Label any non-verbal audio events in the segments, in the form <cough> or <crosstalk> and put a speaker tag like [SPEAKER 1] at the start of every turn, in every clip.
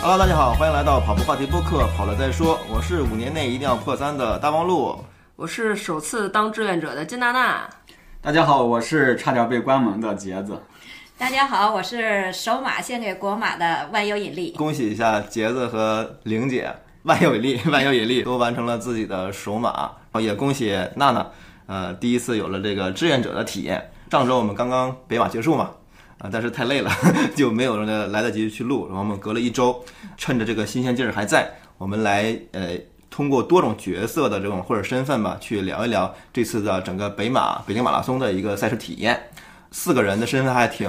[SPEAKER 1] Hello，大家好，欢迎来到跑步话题播客，跑了再说。我是五年内一定要破三的大望路。
[SPEAKER 2] 我是首次当志愿者的金娜娜，
[SPEAKER 3] 大家好，我是差点被关门的杰子。
[SPEAKER 4] 大家好，我是首马献给国马的万有引力。
[SPEAKER 1] 恭喜一下杰子和玲姐， <laughs> 万有引力，万有引力都完成了自己的首马，然后也恭喜娜娜，呃，第一次有了这个志愿者的体验。上周我们刚刚北马结束嘛，啊、但是太累了， <laughs> 就没有人来得及去录。然后我们隔了一周，趁着这个新鲜劲儿还在，我们来呃，通过多种角色的这种或者身份吧，去聊一聊这次的整个北马北京马拉松的一个赛事体验。四个人的身份还挺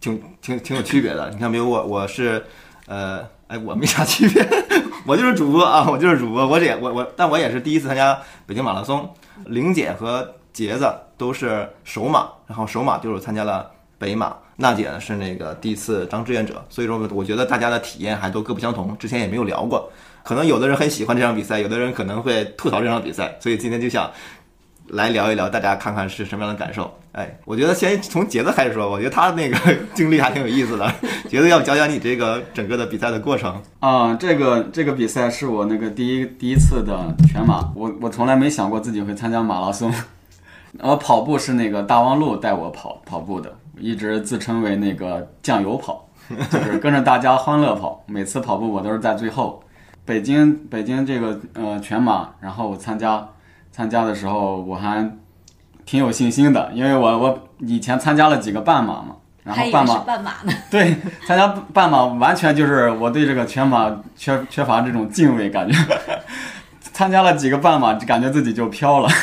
[SPEAKER 1] 挺挺挺有区别的。你看，比如我我是呃，哎，我没啥区别， <laughs> 我就是主播啊，我就是主播，我也我我，但我也是第一次参加北京马拉松。玲姐和杰子都是首马，然后首马就是参加了北马。娜姐呢是那个第一次当志愿者，所以说我觉得大家的体验还都各不相同，之前也没有聊过。可能有的人很喜欢这场比赛，有的人可能会吐槽这场比赛，所以今天就想来聊一聊，大家看看是什么样的感受。哎，我觉得先从杰子开始说，我觉得他那个 <laughs> 经历还挺有意思的。杰子，要不讲讲你这个整个的比赛的过程？
[SPEAKER 3] 啊、这个这个比赛是我那个第一第一次的全马，我我从来没想过自己会参加马拉松。 <laughs> 我跑步是那个大望路带我跑跑步的，一直自称为那个酱油跑，就是跟着大家欢乐跑。 <laughs> 每次跑步我都是在最后。北京北京这个呃全马，然后我参加参加的时候我还挺有信心的，因为我我以前参加了几个半马嘛，然
[SPEAKER 4] 还
[SPEAKER 3] 后
[SPEAKER 4] 以
[SPEAKER 3] 半
[SPEAKER 4] 为
[SPEAKER 3] 马
[SPEAKER 4] 是半马呢，
[SPEAKER 3] <laughs> 对，参加半马完全就是我对这个全马缺缺乏这种敬畏感觉，参加了几个半马，感觉自己就飘了。 <laughs>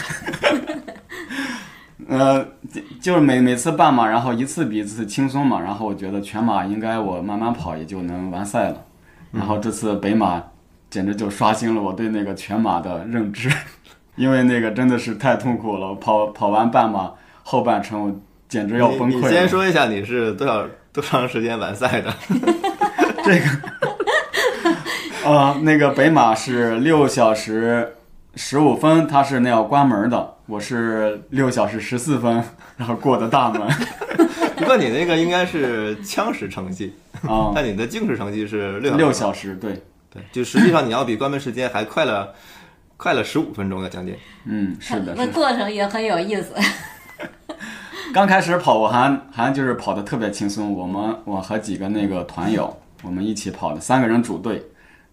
[SPEAKER 3] 呃，就就是每每次半马，然后一次比一次轻松嘛，然后我觉得全马应该我慢慢跑也就能完赛了。然后这次北马简直就刷新了我对那个全马的认知， <laughs> 因为那个真的是太痛苦了，跑跑完半马后半程我简直要崩
[SPEAKER 1] 你
[SPEAKER 3] 溃了。
[SPEAKER 1] 你先说一下你是多少多长时间完赛的？
[SPEAKER 3] <laughs> 呃，那个北马是六小时十五分，它是那要关门的。我是六小时十四分，然后过的
[SPEAKER 1] <laughs>
[SPEAKER 3] 大门。
[SPEAKER 1] 不过你那个应该是枪时成绩，
[SPEAKER 3] 啊、
[SPEAKER 1] 但你的静时成绩是六
[SPEAKER 3] 六小时，对，
[SPEAKER 1] 对，就实际上你要比关门时间还快了，快了十五分钟的将近。
[SPEAKER 3] 嗯，是的，
[SPEAKER 4] 那
[SPEAKER 3] 是的。
[SPEAKER 4] 过程也很有意思。
[SPEAKER 3] 刚开始跑，我还还就是跑的特别轻松。我们我和几个那个团友，我们一起跑的，三个人组队，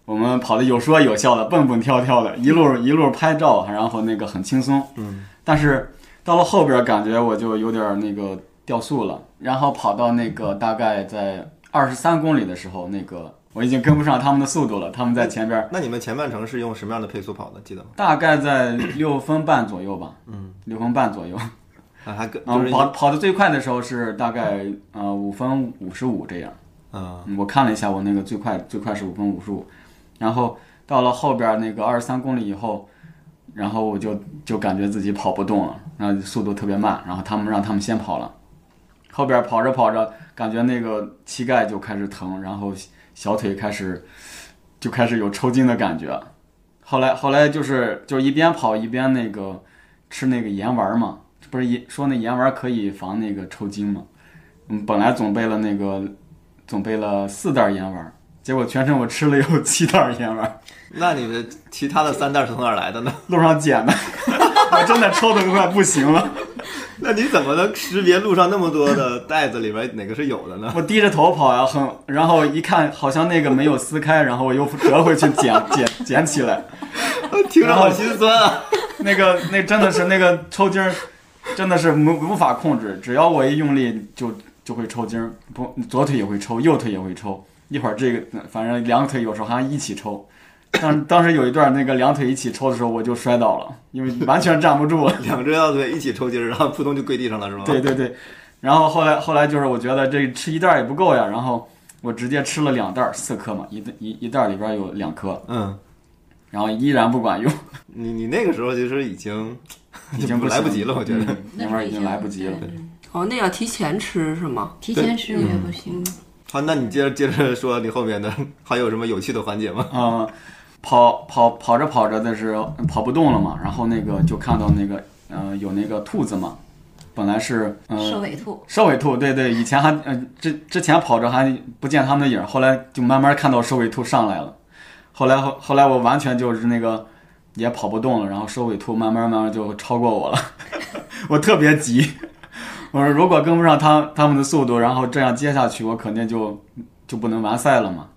[SPEAKER 3] 我们跑的有说有笑的，蹦蹦跳跳的，一路一路拍照，然后那个很轻松。嗯。但是到了后边儿，感觉我就有点儿那个掉速了。然后跑到那个大概在二十三公里的时候，那个我已经跟不上他们的速度了，他们在前边儿，
[SPEAKER 1] 那你们前半程是用什么样的配速跑的？记得吗？
[SPEAKER 3] 大概在六分半左右吧。嗯。六分半左右。
[SPEAKER 1] 啊，还跟就是
[SPEAKER 3] 嗯，
[SPEAKER 1] 你
[SPEAKER 3] 跑跑的最快的时候是大概呃五分五十五这样。
[SPEAKER 1] 嗯，
[SPEAKER 3] 嗯，我看了一下，我那个最快最快是五分五十五，然后到了后边儿那个二十三公里以后，然后我就就感觉自己跑不动了，然后速度特别慢，然后他们让他们先跑了，后边儿跑着跑着，感觉那个膝盖就开始疼，然后小腿开始就开始有抽筋的感觉，后来后来就是就一边跑一边那个吃那个盐丸儿嘛，不是盐说那盐丸儿可以防那个抽筋嘛，嗯，本来准备了那个准备了四袋盐丸儿，结果全程我吃了有七袋盐丸儿， <laughs>
[SPEAKER 1] 那你的其他的三袋是从哪儿来的呢？ <laughs>
[SPEAKER 3] 路上捡的， <laughs> 我真的抽的快不行了。 <laughs>
[SPEAKER 1] 那你怎么能识别路上那么多的袋子里边哪个是有的呢？ <laughs>
[SPEAKER 3] 我低着头跑呀、很，然后一看好像那个没有撕开，然后我又折回去捡 <laughs> 捡捡起来，
[SPEAKER 1] 听着好心酸啊！
[SPEAKER 3] 那个那真的是那个抽筋儿，真的是无无法控制，只要我一用力就就会抽筋儿，不左腿也会抽，右腿也会抽，一会儿这个反正两腿有时候还一起抽。当当时有一段那个两腿一起抽的时候，我就摔倒了，因为完全站不住了。
[SPEAKER 1] 两只小腿一起抽筋儿，然后扑通就跪地上了，是吗？
[SPEAKER 3] 对，对对，然后后来后来就是我觉得这吃一袋儿也不够呀，然后我直接吃了两袋儿，四颗嘛，一袋一一袋儿里边儿有两颗，
[SPEAKER 1] 嗯，
[SPEAKER 3] 然后依然不
[SPEAKER 1] <laughs>
[SPEAKER 3] 管用，
[SPEAKER 1] 你你那个时候其实已经
[SPEAKER 3] 已经不
[SPEAKER 1] 来不
[SPEAKER 3] 行
[SPEAKER 1] 及了，我觉得。
[SPEAKER 3] 嗯那会儿已经来不及了。
[SPEAKER 2] 哦，那要提前吃是吗？
[SPEAKER 4] 提前吃也不行，
[SPEAKER 1] 好，那你接着接着说你后面的还有什么有趣的环节吗？
[SPEAKER 3] 嗯，跑跑跑着呃跑着的时候跑不动了嘛，然后那个就看到那个呃有那个兔子嘛，本来是嗯、
[SPEAKER 4] 瘦尾兔，
[SPEAKER 3] 瘦尾兔，对对，以前还嗯、呃之之前跑着还不见他们的影儿，后来就慢慢看到瘦尾兔上来了，后来后后来我完全就是那个也跑不动了，然后瘦尾兔慢慢慢慢就超过我了， <laughs> 我特别急，我说如果跟不上他他们的速度，然后这样接下去我肯定就就不能完赛了嘛，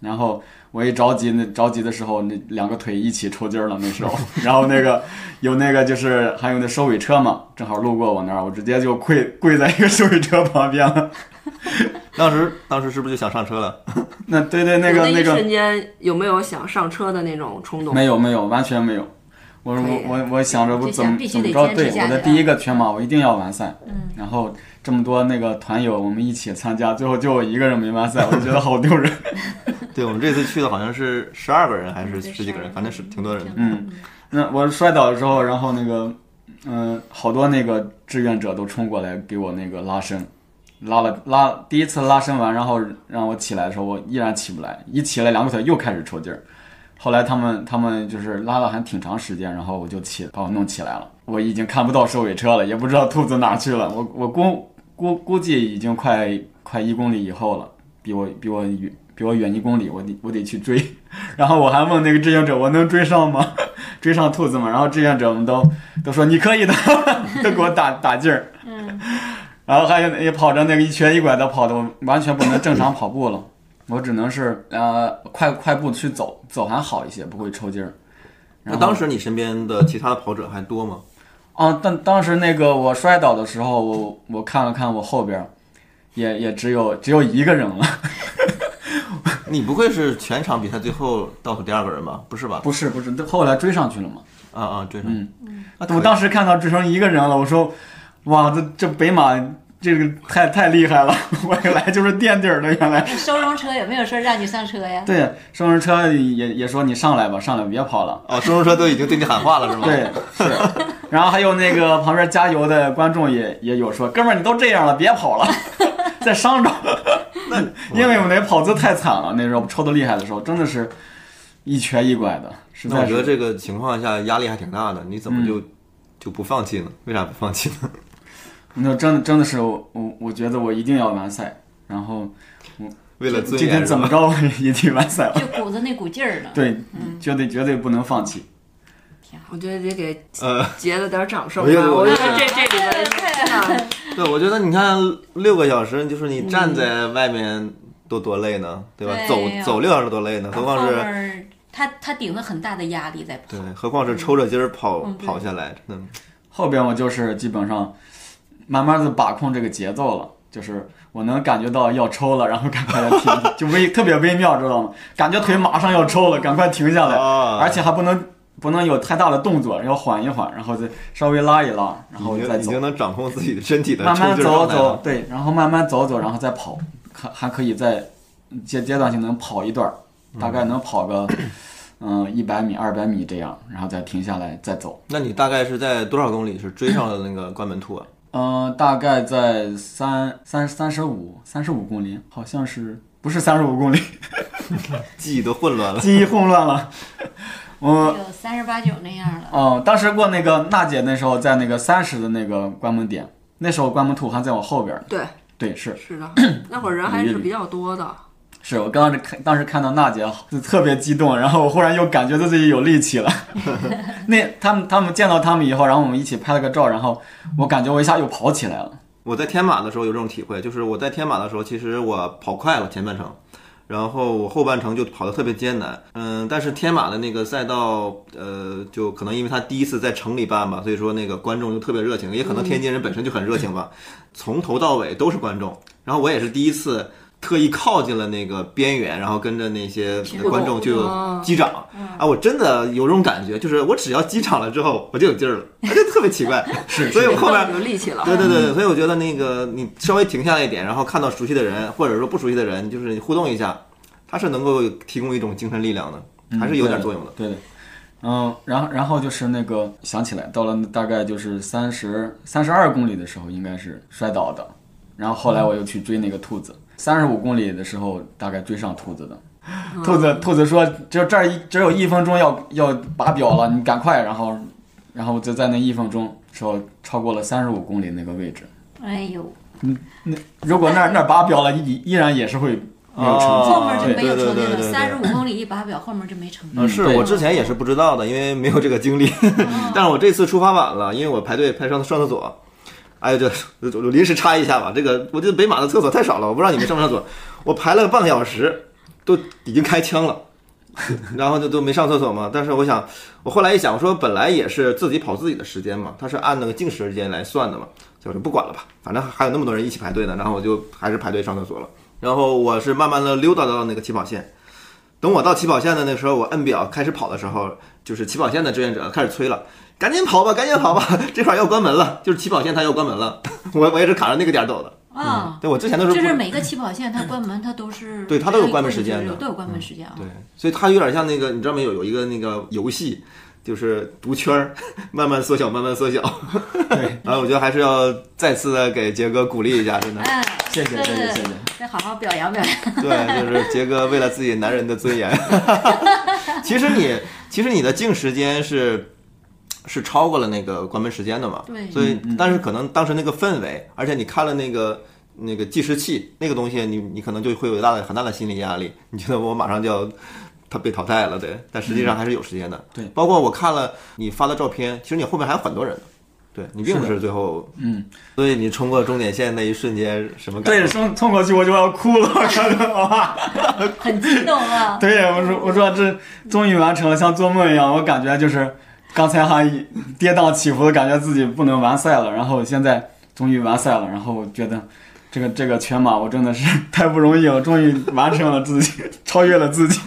[SPEAKER 3] 然后。我一着急，那着急的时候，那两个腿一起抽筋儿了。那时候， <laughs> 然后那个有那个就是还有那收尾车嘛，正好路过我那儿，我直接就跪跪在一个收尾车旁边了。 <laughs>
[SPEAKER 1] 当时当时是不是就想上车了？
[SPEAKER 3] 那对对，那个
[SPEAKER 2] 有
[SPEAKER 3] 那
[SPEAKER 2] 一
[SPEAKER 3] 个
[SPEAKER 2] 瞬间有没有想上车的那种冲动？
[SPEAKER 3] 没有没有，完全没有。我
[SPEAKER 2] 可
[SPEAKER 3] 我
[SPEAKER 2] 以
[SPEAKER 3] 我我想着我
[SPEAKER 4] 就
[SPEAKER 3] 怎
[SPEAKER 4] 想
[SPEAKER 3] 么
[SPEAKER 4] 必须
[SPEAKER 3] 怎么
[SPEAKER 4] 得
[SPEAKER 3] 着，
[SPEAKER 4] 坚持
[SPEAKER 3] 对
[SPEAKER 4] 下
[SPEAKER 3] 我的
[SPEAKER 4] 去
[SPEAKER 3] 第一
[SPEAKER 4] 啊嗯
[SPEAKER 3] 个全马我一定要完赛。然后这么多那个团友我们一起参加，最后就我一个人没完赛，我觉得好丢人。
[SPEAKER 1] 对我们这次去的好像是十二个人还是十几个人，
[SPEAKER 4] 12
[SPEAKER 1] 反正是挺多人的。
[SPEAKER 3] 嗯，那我摔倒的时候，然后那个，嗯、好多那个志愿者都冲过来给我那个拉伸，拉了拉第一次拉伸完，然后让我起来的时候，我依然起不来，一起来两个腿又开始抽筋儿。后来他们他们就是拉了还挺长时间，然后我就起把我弄起来了。我已经看不到收尾车了，也不知道兔子哪儿去了。我我估估估计已经快快一公里以后了，比我比我远比我远一公里，我得我得去追。 <laughs> 然后我还问那个志愿者，我能追上吗？追上兔子嘛，然后志愿者们都都说你可以的， <laughs> 都给我打打劲儿。嗯，然后还有也跑着那个一瘸一拐的跑的，我完全不能正常跑步了，我只能是呃快快步去走，走还好一些，不会抽筋儿。
[SPEAKER 1] 那
[SPEAKER 3] 然后
[SPEAKER 1] 当时你身边的其他的跑者还多吗？
[SPEAKER 3] 啊，但当时那个我摔倒的时候，我我看了看我后边儿，也也只有只有一个人了。
[SPEAKER 1] 你不会是全场比赛最后倒数第二个人吧？不是吧？
[SPEAKER 3] 不是不是，后来追上去了嘛。
[SPEAKER 1] 啊啊，追上。
[SPEAKER 3] 嗯
[SPEAKER 1] 那可以
[SPEAKER 3] 我当时看到只剩一个人了，我说，哇，这这北马这个太太厉害了， <laughs> 我原来就是垫底儿的，原来。
[SPEAKER 4] 那收容车有没有说让你上车呀？
[SPEAKER 3] 对，双人车也也说你上来吧，上来别跑了。
[SPEAKER 1] 哦，收容车都已经对你喊话了 <laughs> 是吗？
[SPEAKER 3] 对，是。然后还有那个旁边加油的观众也也有说，哥们儿你都这样了，别跑
[SPEAKER 1] <laughs>
[SPEAKER 3] 了，再伤着。因为我那跑姿太惨了，那时候抽的厉害的时候，真的是一瘸一拐的，实
[SPEAKER 1] 那我
[SPEAKER 3] 在
[SPEAKER 1] 觉得
[SPEAKER 3] 是。嗯
[SPEAKER 1] 这个情况下压力还挺大的，你怎么就、就不放弃呢？为啥不放弃呢？
[SPEAKER 3] 那真的真的是我我我觉得我一定要完赛，然后
[SPEAKER 1] 为了
[SPEAKER 3] 今
[SPEAKER 1] 尊
[SPEAKER 3] 天
[SPEAKER 1] 严是
[SPEAKER 3] 怎
[SPEAKER 1] 吧
[SPEAKER 3] 么着我也得完赛了。
[SPEAKER 4] 就鼓着那股劲儿呢。
[SPEAKER 3] 对，
[SPEAKER 1] 嗯
[SPEAKER 3] 绝对绝对不能放弃。
[SPEAKER 2] 我觉得得给
[SPEAKER 1] 呃，
[SPEAKER 2] 杰子点儿掌声
[SPEAKER 1] 我觉得
[SPEAKER 2] 吧。
[SPEAKER 1] 我
[SPEAKER 2] 我
[SPEAKER 1] 觉
[SPEAKER 2] 觉
[SPEAKER 1] 得
[SPEAKER 2] 得这这里边啊
[SPEAKER 4] 对
[SPEAKER 1] <laughs>
[SPEAKER 4] 对
[SPEAKER 1] 对，我觉得你看六个小时，就是你站在外面都多累呢，对吧？
[SPEAKER 4] 嗯对哎
[SPEAKER 1] 走走六小时多累呢，何
[SPEAKER 4] 后
[SPEAKER 1] 况
[SPEAKER 4] 面
[SPEAKER 1] 是
[SPEAKER 4] 儿他他顶着很大的压力在跑
[SPEAKER 1] 对，，何况是抽着筋儿跑、
[SPEAKER 4] 嗯对
[SPEAKER 1] 跑下来，真的。
[SPEAKER 3] 后边我就是基本上慢慢的把控这个节奏了，就是我能感觉到要抽了，然后赶快地停，就微特别微妙，知道吗？感觉腿马上要抽了，赶快停下来，
[SPEAKER 1] 啊
[SPEAKER 3] 而且还不能不能有太大的动作，要缓一缓，然后再稍微拉一拉，然后
[SPEAKER 1] 已
[SPEAKER 3] 再
[SPEAKER 1] 经已
[SPEAKER 3] 走，
[SPEAKER 1] 经能掌控自己的身体的
[SPEAKER 3] 慢
[SPEAKER 1] 抽
[SPEAKER 3] 慢
[SPEAKER 1] 筋儿状
[SPEAKER 3] 走
[SPEAKER 1] 态了
[SPEAKER 3] 走，对，然后慢慢走走，然后再跑，还还可以再阶阶段性能跑一段儿，大概能跑个嗯一百米、二百米这样，然后再停下来再走。
[SPEAKER 1] 那你大概是在多少公里是追上了那个关门兔啊？
[SPEAKER 3] 嗯、大概在三三三十五三十五公里，好像是不是三十五公里？
[SPEAKER 1] 记忆都混乱了。
[SPEAKER 3] 记忆混乱了。 <laughs> 我
[SPEAKER 4] 有三十八九那样了。
[SPEAKER 3] 哦、当时过那个娜姐那时候在那个三十的那个关门点，那时候关门兔还在我后边儿。
[SPEAKER 2] 对，
[SPEAKER 3] 对，是
[SPEAKER 1] <coughs>
[SPEAKER 2] 是的，那会儿人还是比较多的。
[SPEAKER 3] 是，我刚刚看当时看到娜姐就特别激动，然后我忽然又感觉到自己有力气了。 <laughs> 那他们他们见到他们以后，然后我们一起拍了个照，然后我感觉我一下又跑起来了。
[SPEAKER 1] 我在天马的时候有这种体会，就是我在天马的时候，其实我跑快了前半程，然后我后半程就跑得特别艰难。嗯，但是天马的那个赛道，呃，就可能因为他第一次在城里办吧，所以说那个观众就特别热情，也可能天津人本身就很热情吧，从头到尾都是观众。然后我也是第一次。特意靠近了那个边缘，然后跟着那些
[SPEAKER 4] 动
[SPEAKER 1] 观众就
[SPEAKER 2] 啊
[SPEAKER 1] 击掌啊！我真的有种感觉，就是我只要击掌了之后，我就有劲儿了， <laughs> 就特别奇怪。
[SPEAKER 3] 是
[SPEAKER 1] 所以我后面
[SPEAKER 2] 有力气了。
[SPEAKER 1] 对对对，所以我觉得那个你稍微停下来一点，然后看到熟悉的人，或者说不熟悉的人，就是你互动一下，它是能够提供一种精神力量的，还是有点作用的。
[SPEAKER 3] 对的。嗯，然后然后就是那个想起来，到了大概就是三十三十二公里的时候，应该是摔倒的。然后后来我又去追那个兔子，三十五公里的时候大概追上兔子的。
[SPEAKER 2] 嗯
[SPEAKER 3] 兔子兔子说：“只有这儿一只有一分钟要要拔表了，你赶快。”然后然后就在那一分钟，说超过了三十五公里那个位置。
[SPEAKER 4] 哎呦，
[SPEAKER 3] 如果那儿那儿拔标了，依依然也是会没有成绩。
[SPEAKER 4] 后面就没有成
[SPEAKER 1] 对对
[SPEAKER 4] 绩
[SPEAKER 1] 对
[SPEAKER 4] 了，
[SPEAKER 1] 对对
[SPEAKER 4] 三十五公里一拔表，后面就没成绩。
[SPEAKER 1] 呃，是
[SPEAKER 3] 对
[SPEAKER 1] 我之前也是不知道的，因为没有这个经历。
[SPEAKER 4] 哦
[SPEAKER 3] <laughs>
[SPEAKER 1] 但是我这次出发晚了，因为我排队排上上厕所。哎呀，这我临时插一下吧，这个我觉得北马的厕所太少了，我不知道你们上不上厕所。我排了半个小时，都已经开枪了，然后就都没上厕所嘛。但是我想，我后来一想，我说本来也是自己跑自己的时间嘛，它是按那个净时间来算的嘛，所以我就不管了吧，反正还有那么多人一起排队呢，然后我就还是排队上厕所了。然后我是慢慢的溜达到那个起跑线。等我到起跑线的那时候，我摁表开始跑的时候，就是起跑线的志愿者开始催了，赶紧跑吧，赶紧跑吧， <laughs> 这块儿要关门了，就是起跑线它要关门了。 <laughs> 我我也是卡着那个点儿走的。
[SPEAKER 4] 啊，
[SPEAKER 1] 对我之前都是
[SPEAKER 4] 就
[SPEAKER 1] 不
[SPEAKER 4] 是每个起跑线它关门，它都是
[SPEAKER 1] <clears throat> 对它都有关门时间的嗯
[SPEAKER 4] 都有关门时间啊。。
[SPEAKER 1] 对，所以它有点像那个，你知道没有有一个那个游戏，就是读圈儿，慢慢缩小，慢慢缩小。 <laughs> 对，然后我觉得还是要再次的给杰哥鼓励一下，真的
[SPEAKER 4] <laughs> 哎，
[SPEAKER 3] 谢谢
[SPEAKER 4] 这
[SPEAKER 3] 谢谢谢谢，
[SPEAKER 4] 得好好表扬表扬。
[SPEAKER 1] 对，就是杰哥为了自己男人的尊严。 <laughs> 其实你其实你的净时间是是超过了那个关门时间的嘛？
[SPEAKER 4] 对
[SPEAKER 1] 所以
[SPEAKER 3] 嗯嗯
[SPEAKER 1] 但是可能当时那个氛围，而且你看了那个。那个计时器那个东西你，你可能就会有大的很大的心理压力。你觉得我马上就要他被淘汰了，对，但实际上还是有时间的。
[SPEAKER 3] 嗯对
[SPEAKER 1] 包括我看了你发的照片，其实你后面还有很多人呢，对你并不
[SPEAKER 3] 是的
[SPEAKER 1] 是最后，
[SPEAKER 3] 嗯，
[SPEAKER 1] 所以你冲过终点线那一瞬间什么感
[SPEAKER 3] 对，
[SPEAKER 1] 觉？
[SPEAKER 3] 冲冲过去我就要哭了，我 <laughs> 看到哇，
[SPEAKER 4] 很激动啊！
[SPEAKER 3] 对，我说我说这终于完成了，像做梦一样，我感觉就是刚才还跌宕起伏的感觉自己不能完赛了，然后现在终于完赛了，然后我觉得这个这个全马我真的是 <laughs> 太不容易了，终于完成了自己，超越了自己，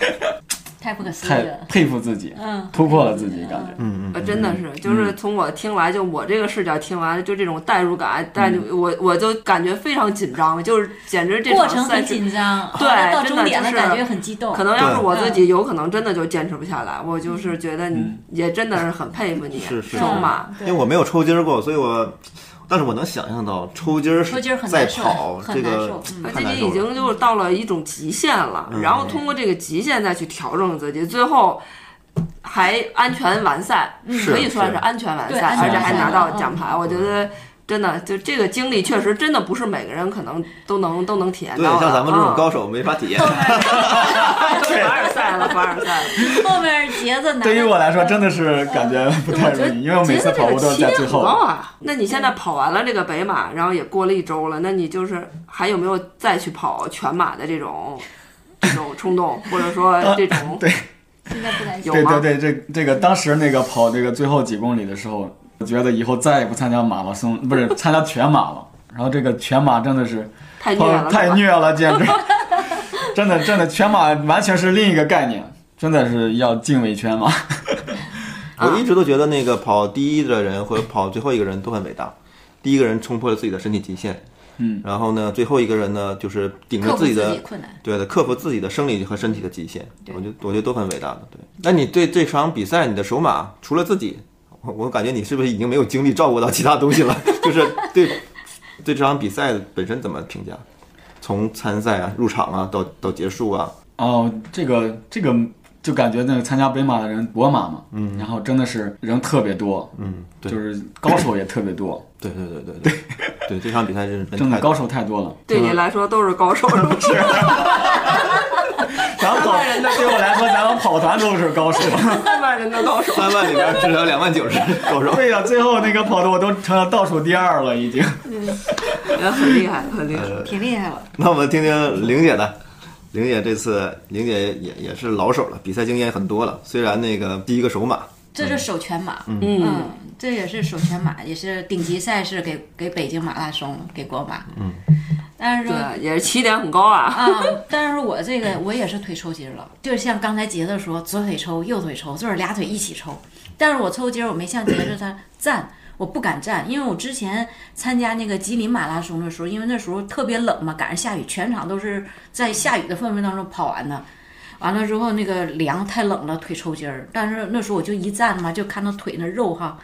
[SPEAKER 4] 太不可思
[SPEAKER 3] 太
[SPEAKER 4] 议了。
[SPEAKER 3] 佩服自己，
[SPEAKER 4] 嗯，
[SPEAKER 3] 突破了自己，感觉。
[SPEAKER 1] 嗯嗯
[SPEAKER 2] 呃，真的是，就是从我听来，就我这个视角听完，就这种代入感，但
[SPEAKER 1] 嗯
[SPEAKER 2] 我我就感觉非常紧张，就是简直这
[SPEAKER 4] 过
[SPEAKER 2] 场
[SPEAKER 4] 程
[SPEAKER 2] 赛
[SPEAKER 4] 很
[SPEAKER 2] 事，
[SPEAKER 4] 紧张，
[SPEAKER 2] 对
[SPEAKER 4] 后来到终点了
[SPEAKER 2] 真的就是
[SPEAKER 4] 感觉很激动
[SPEAKER 2] 可。能要是
[SPEAKER 1] 对嗯
[SPEAKER 2] 我自己，有可能真的就坚持不下来。我就是觉得你也真的是很佩服你，
[SPEAKER 1] 是是
[SPEAKER 2] 手马，
[SPEAKER 4] 嗯对
[SPEAKER 1] 因为我没有抽筋儿过，所以我，但是我能想象到抽筋儿是
[SPEAKER 4] 抽筋儿很
[SPEAKER 1] 在
[SPEAKER 4] 难受
[SPEAKER 1] 跑，
[SPEAKER 4] 很
[SPEAKER 1] 这
[SPEAKER 4] 难
[SPEAKER 1] 个
[SPEAKER 4] 受嗯
[SPEAKER 2] 而
[SPEAKER 1] 太
[SPEAKER 2] 且
[SPEAKER 1] 难
[SPEAKER 2] 你
[SPEAKER 1] 受
[SPEAKER 2] 已
[SPEAKER 1] 了。嗯
[SPEAKER 2] 经就是到了一种极限了，然后通过这个极限再去调整自己，最后还安全完赛，
[SPEAKER 1] 是
[SPEAKER 2] 可以说
[SPEAKER 1] 是
[SPEAKER 2] 是安全完
[SPEAKER 4] 对
[SPEAKER 2] 赛，
[SPEAKER 4] 安
[SPEAKER 2] 而
[SPEAKER 3] 全
[SPEAKER 2] 且还
[SPEAKER 3] 完赛
[SPEAKER 2] 拿到
[SPEAKER 4] 嗯
[SPEAKER 2] 奖牌。我觉得真的就这个经历，确实真的不是每个人可能都能都能体验
[SPEAKER 1] 对，
[SPEAKER 2] 到的。
[SPEAKER 1] 像咱们这
[SPEAKER 4] 啊
[SPEAKER 1] 种
[SPEAKER 2] 嗯
[SPEAKER 1] 高手没法体验。
[SPEAKER 2] 凡尔赛了，凡尔赛了。
[SPEAKER 4] <laughs> 后面杰子拿
[SPEAKER 3] 对于我来说，
[SPEAKER 2] 呃
[SPEAKER 3] 真的是感觉不太容易，因为我每次跑步都是在最
[SPEAKER 2] 很高
[SPEAKER 3] 后。
[SPEAKER 2] 啊！那你现在跑完了这个北马，然后也过了一周了，那你就是还有没有再去跑全马的这种这种冲动，或者说这种
[SPEAKER 4] 现在不敢想
[SPEAKER 2] 有
[SPEAKER 3] 对
[SPEAKER 2] 吗
[SPEAKER 3] 呃对对，这这个当时那个跑这个最后几公里的时候，我觉得以后再也不参加马拉松，不是参加全马了。然后这个全马真的是
[SPEAKER 2] 太虐
[SPEAKER 3] 跑
[SPEAKER 2] 了？
[SPEAKER 3] <laughs> 太
[SPEAKER 2] 是吧
[SPEAKER 3] 虐了，简
[SPEAKER 2] <laughs>
[SPEAKER 3] 直！真的真的，全马完全是另一个概念，真的是要敬畏全马。
[SPEAKER 1] 我
[SPEAKER 4] 啊
[SPEAKER 1] 一直都觉得那个跑第一的人和跑最后一个人都很伟大。第一个人冲破了自己的身体极限，
[SPEAKER 3] 嗯，
[SPEAKER 1] 然后呢，最后一个人呢，就是顶着
[SPEAKER 4] 克服
[SPEAKER 1] 自己
[SPEAKER 4] 自
[SPEAKER 1] 的
[SPEAKER 4] 己困难。
[SPEAKER 1] 对的，克服自己的生理和身体的极限，
[SPEAKER 4] 对
[SPEAKER 1] 我觉得我觉得都很伟大的。对，那你对这场比赛，你的首马除了自己，我我感觉你是不是已经没有精力照顾到其他东西了？
[SPEAKER 4] <laughs>
[SPEAKER 1] 就是对对这场比赛本身怎么评价？从参赛啊、入场啊到到结束啊，
[SPEAKER 3] 哦，这个这个就感觉那个参加北马的人国马嘛，嗯，然后真的是人特别多，
[SPEAKER 1] 嗯，对
[SPEAKER 3] 就是高手也特别多，
[SPEAKER 1] 对对对对对对，这场比赛真是
[SPEAKER 3] 真的
[SPEAKER 1] 太多
[SPEAKER 3] 高手太多了。
[SPEAKER 2] 对你来说都是高手，是不是？
[SPEAKER 3] <laughs> 咱们跑，对我来说，咱们跑团都是 <laughs> 高手。
[SPEAKER 2] 三万人的高手。
[SPEAKER 1] 三万里边至少两万九是高手。
[SPEAKER 3] 对呀、最后那个跑的我都成了倒数第二了，已经。呃
[SPEAKER 2] 也很厉害，很厉害。
[SPEAKER 1] 呃
[SPEAKER 4] 挺厉害了，
[SPEAKER 1] 那我们听听玲姐的，玲姐这次玲姐也也是老手了，比赛经验很多了。虽然那个第一个首马，
[SPEAKER 4] 这是首全马，嗯，
[SPEAKER 2] 嗯，
[SPEAKER 4] 这也是首全马，也是顶级赛事给给北京马拉松给国马，嗯，但是说
[SPEAKER 2] 对，也是起点很高啊。
[SPEAKER 4] 啊，但是我这个我也是腿抽筋了，就是像刚才杰子说，左腿抽，右腿抽，就是俩腿一起抽。但是我抽筋儿，我没像杰子他 <coughs> 站，我不敢站，因为我之前参加那个吉林马拉松的时候，因为那时候特别冷嘛，赶上下雨，全场都是在下雨的氛围当中跑完的。完了之后，那个凉太冷了，腿抽筋儿。但是那时候我就一站嘛，就看到腿那肉哈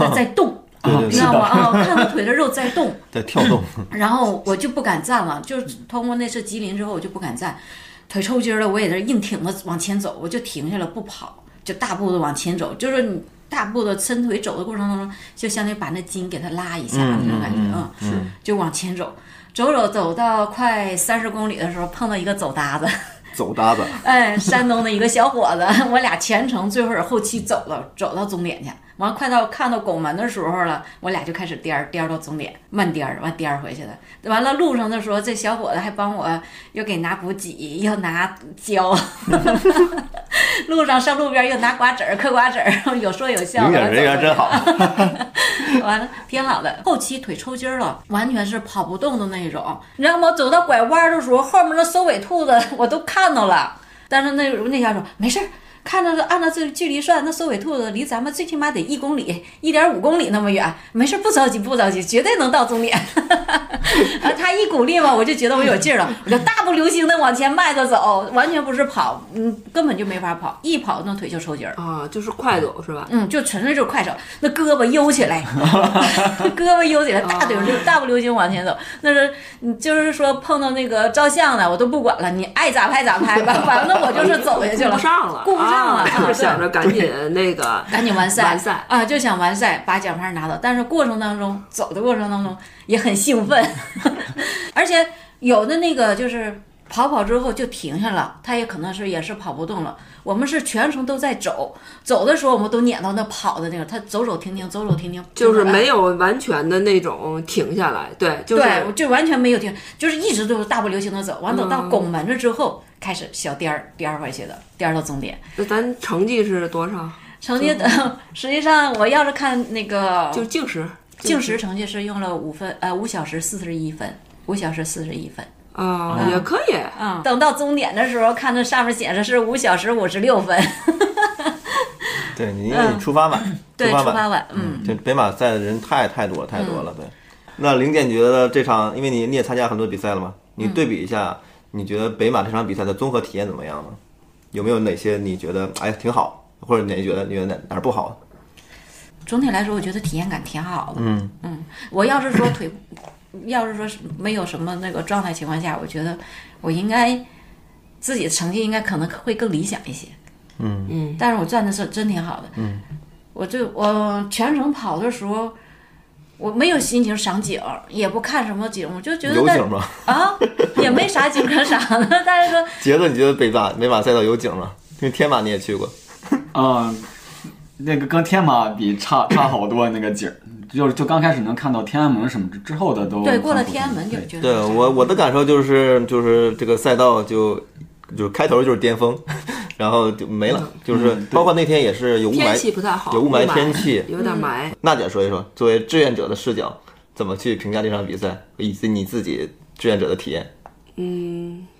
[SPEAKER 4] 在在动，
[SPEAKER 1] 对对
[SPEAKER 4] 你知
[SPEAKER 1] 对
[SPEAKER 4] 道吗？啊，我看到腿的肉在动。
[SPEAKER 1] 在跳
[SPEAKER 4] <laughs>
[SPEAKER 1] 动，
[SPEAKER 4] 然后我就不敢站了，就是通过那次吉林之后，我就不敢站，腿抽筋儿了，我也在这硬挺着往前走，我就停下了不跑，就大步的往前走，就是你。大步的伸腿走的过程当中，就相当于把那筋给它拉一下那种感觉，嗯，
[SPEAKER 3] 是
[SPEAKER 4] 就往前走，走走走到快三十公里的时候，碰到一个走搭子，
[SPEAKER 1] 走搭子，
[SPEAKER 4] 哎，山东的一个小伙子，我俩全程最后是后期走了，走到终点去，完了快到看到拱门的时候了，我俩就开始颠儿颠儿到终点，慢颠儿，完颠儿回去的。完了路上的时候，这小伙子还帮我又给拿补给，又拿胶，
[SPEAKER 1] 嗯
[SPEAKER 4] <laughs> 路上上路边又拿瓜子儿嗑瓜子儿，有说有笑。
[SPEAKER 1] 零
[SPEAKER 4] 完
[SPEAKER 1] 点人
[SPEAKER 4] 了走
[SPEAKER 1] 缘真
[SPEAKER 4] 回去
[SPEAKER 1] 好。
[SPEAKER 4] <laughs> 完了，挺好的。后期腿抽筋儿了，完全是跑不动的那种。你知道吗？走到拐弯的时候，后面的收尾兔子 <laughs> 我都看到了，但是那那家说没事儿。看着按照这距离算，那收尾兔子离咱们最起码得一公里、一点五公里那么远，没事儿，不着急，不着急，绝对能到终点。 <laughs> 啊，他一鼓励嘛，我就觉得我有劲儿了，我就大步流星的往前迈着走，完全不是跑，嗯，根本就没法跑，一跑那腿就抽筋儿。
[SPEAKER 2] 啊，就是快走是吧？
[SPEAKER 4] 嗯，就纯粹就是快手，那胳膊悠起来，胳膊悠起来，大腿溜大步流星往前走。那是你就是说碰到那个照相的，我都不管了，你爱咋拍咋拍吧，反正我就是走下去
[SPEAKER 2] 顾
[SPEAKER 4] 了
[SPEAKER 2] 不，上了，
[SPEAKER 4] 顾不上了
[SPEAKER 2] 啊就是想着赶紧那个 <laughs>
[SPEAKER 4] 赶紧完赛，
[SPEAKER 2] 完赛
[SPEAKER 4] 啊，就想完赛把奖牌拿到。但是过程当中，走的过程当中也很兴
[SPEAKER 2] <laughs>
[SPEAKER 4] 奋，而且有的那个就是跑跑之后就停下了，他也可能是也是跑不动了。我们是全程都在走，走的时候我们都撵到那跑的那个，他走走停停，走走停停，
[SPEAKER 2] 就是
[SPEAKER 4] 停下来
[SPEAKER 2] 没有完全的那种停下来，对，就是
[SPEAKER 4] 对，我就完全没有停，就是一直都是大步流星的走，完等到
[SPEAKER 2] 嗯
[SPEAKER 4] 拱门了之后，开始小颠儿颠儿回去的，颠儿到终点。
[SPEAKER 2] 那咱成绩是多少？
[SPEAKER 4] 成绩的， <laughs> 实际上我要是看那个
[SPEAKER 1] 啊
[SPEAKER 2] 就净时，
[SPEAKER 4] 净时成绩是用了五分，呃，五小时四十一分。五小时四十一分，
[SPEAKER 2] 啊，也可以。
[SPEAKER 4] 嗯，等到终点的时候，看那上面显示是五小时五十六 <laughs> 分，
[SPEAKER 1] 对你，因为你出发晚，
[SPEAKER 4] 嗯对，出
[SPEAKER 1] 发晚，
[SPEAKER 4] 发晚，嗯，
[SPEAKER 1] 这北马赛的人太太多了太多了，对。那零点觉得这场，因为你你也参加很多比赛了嘛，
[SPEAKER 4] 嗯
[SPEAKER 1] 你对比一下，你觉得北马这场比赛的综合体验怎么样呢？有没有哪些你觉得哎挺好，或者哪觉得你觉得哪哪儿不好？
[SPEAKER 4] 总体来说，我觉得体验感挺好的。嗯我要是说腿，要是说是没有什么那个状态情况下，我觉得我应该自己的成绩应该可能会更理想一些。嗯
[SPEAKER 2] 嗯，
[SPEAKER 4] 但是我站的是真挺好的。嗯，我就我全程跑的时候，我没有心情赏景，也不看什么景，我就觉得
[SPEAKER 1] 有
[SPEAKER 4] 在
[SPEAKER 1] 景吗？
[SPEAKER 4] 啊，也没啥景可赏的。但是
[SPEAKER 1] <laughs>
[SPEAKER 4] 说
[SPEAKER 1] 杰子，你觉得北马北马赛道有景吗？因为天马你也去过，
[SPEAKER 3] 嗯，那个跟天马比差差好多那个景儿，就是就刚开始能看到天安门什么之之后的都
[SPEAKER 4] 对过了
[SPEAKER 3] 很普通
[SPEAKER 4] 天安门就
[SPEAKER 3] 对
[SPEAKER 4] 觉得
[SPEAKER 1] 对我我的感受就是就是这个赛道就就开头就是巅峰， <laughs> 然后就没了，就是
[SPEAKER 3] 嗯对
[SPEAKER 1] 包括那天也是有雾
[SPEAKER 2] 天气
[SPEAKER 1] 霾，
[SPEAKER 2] 不太好，
[SPEAKER 1] 有雾霾天气嗯
[SPEAKER 2] 有点霾。
[SPEAKER 1] 娜姐说一说，作为志愿者的视角，怎么去评价这场比赛，以及你自己志愿者的体验？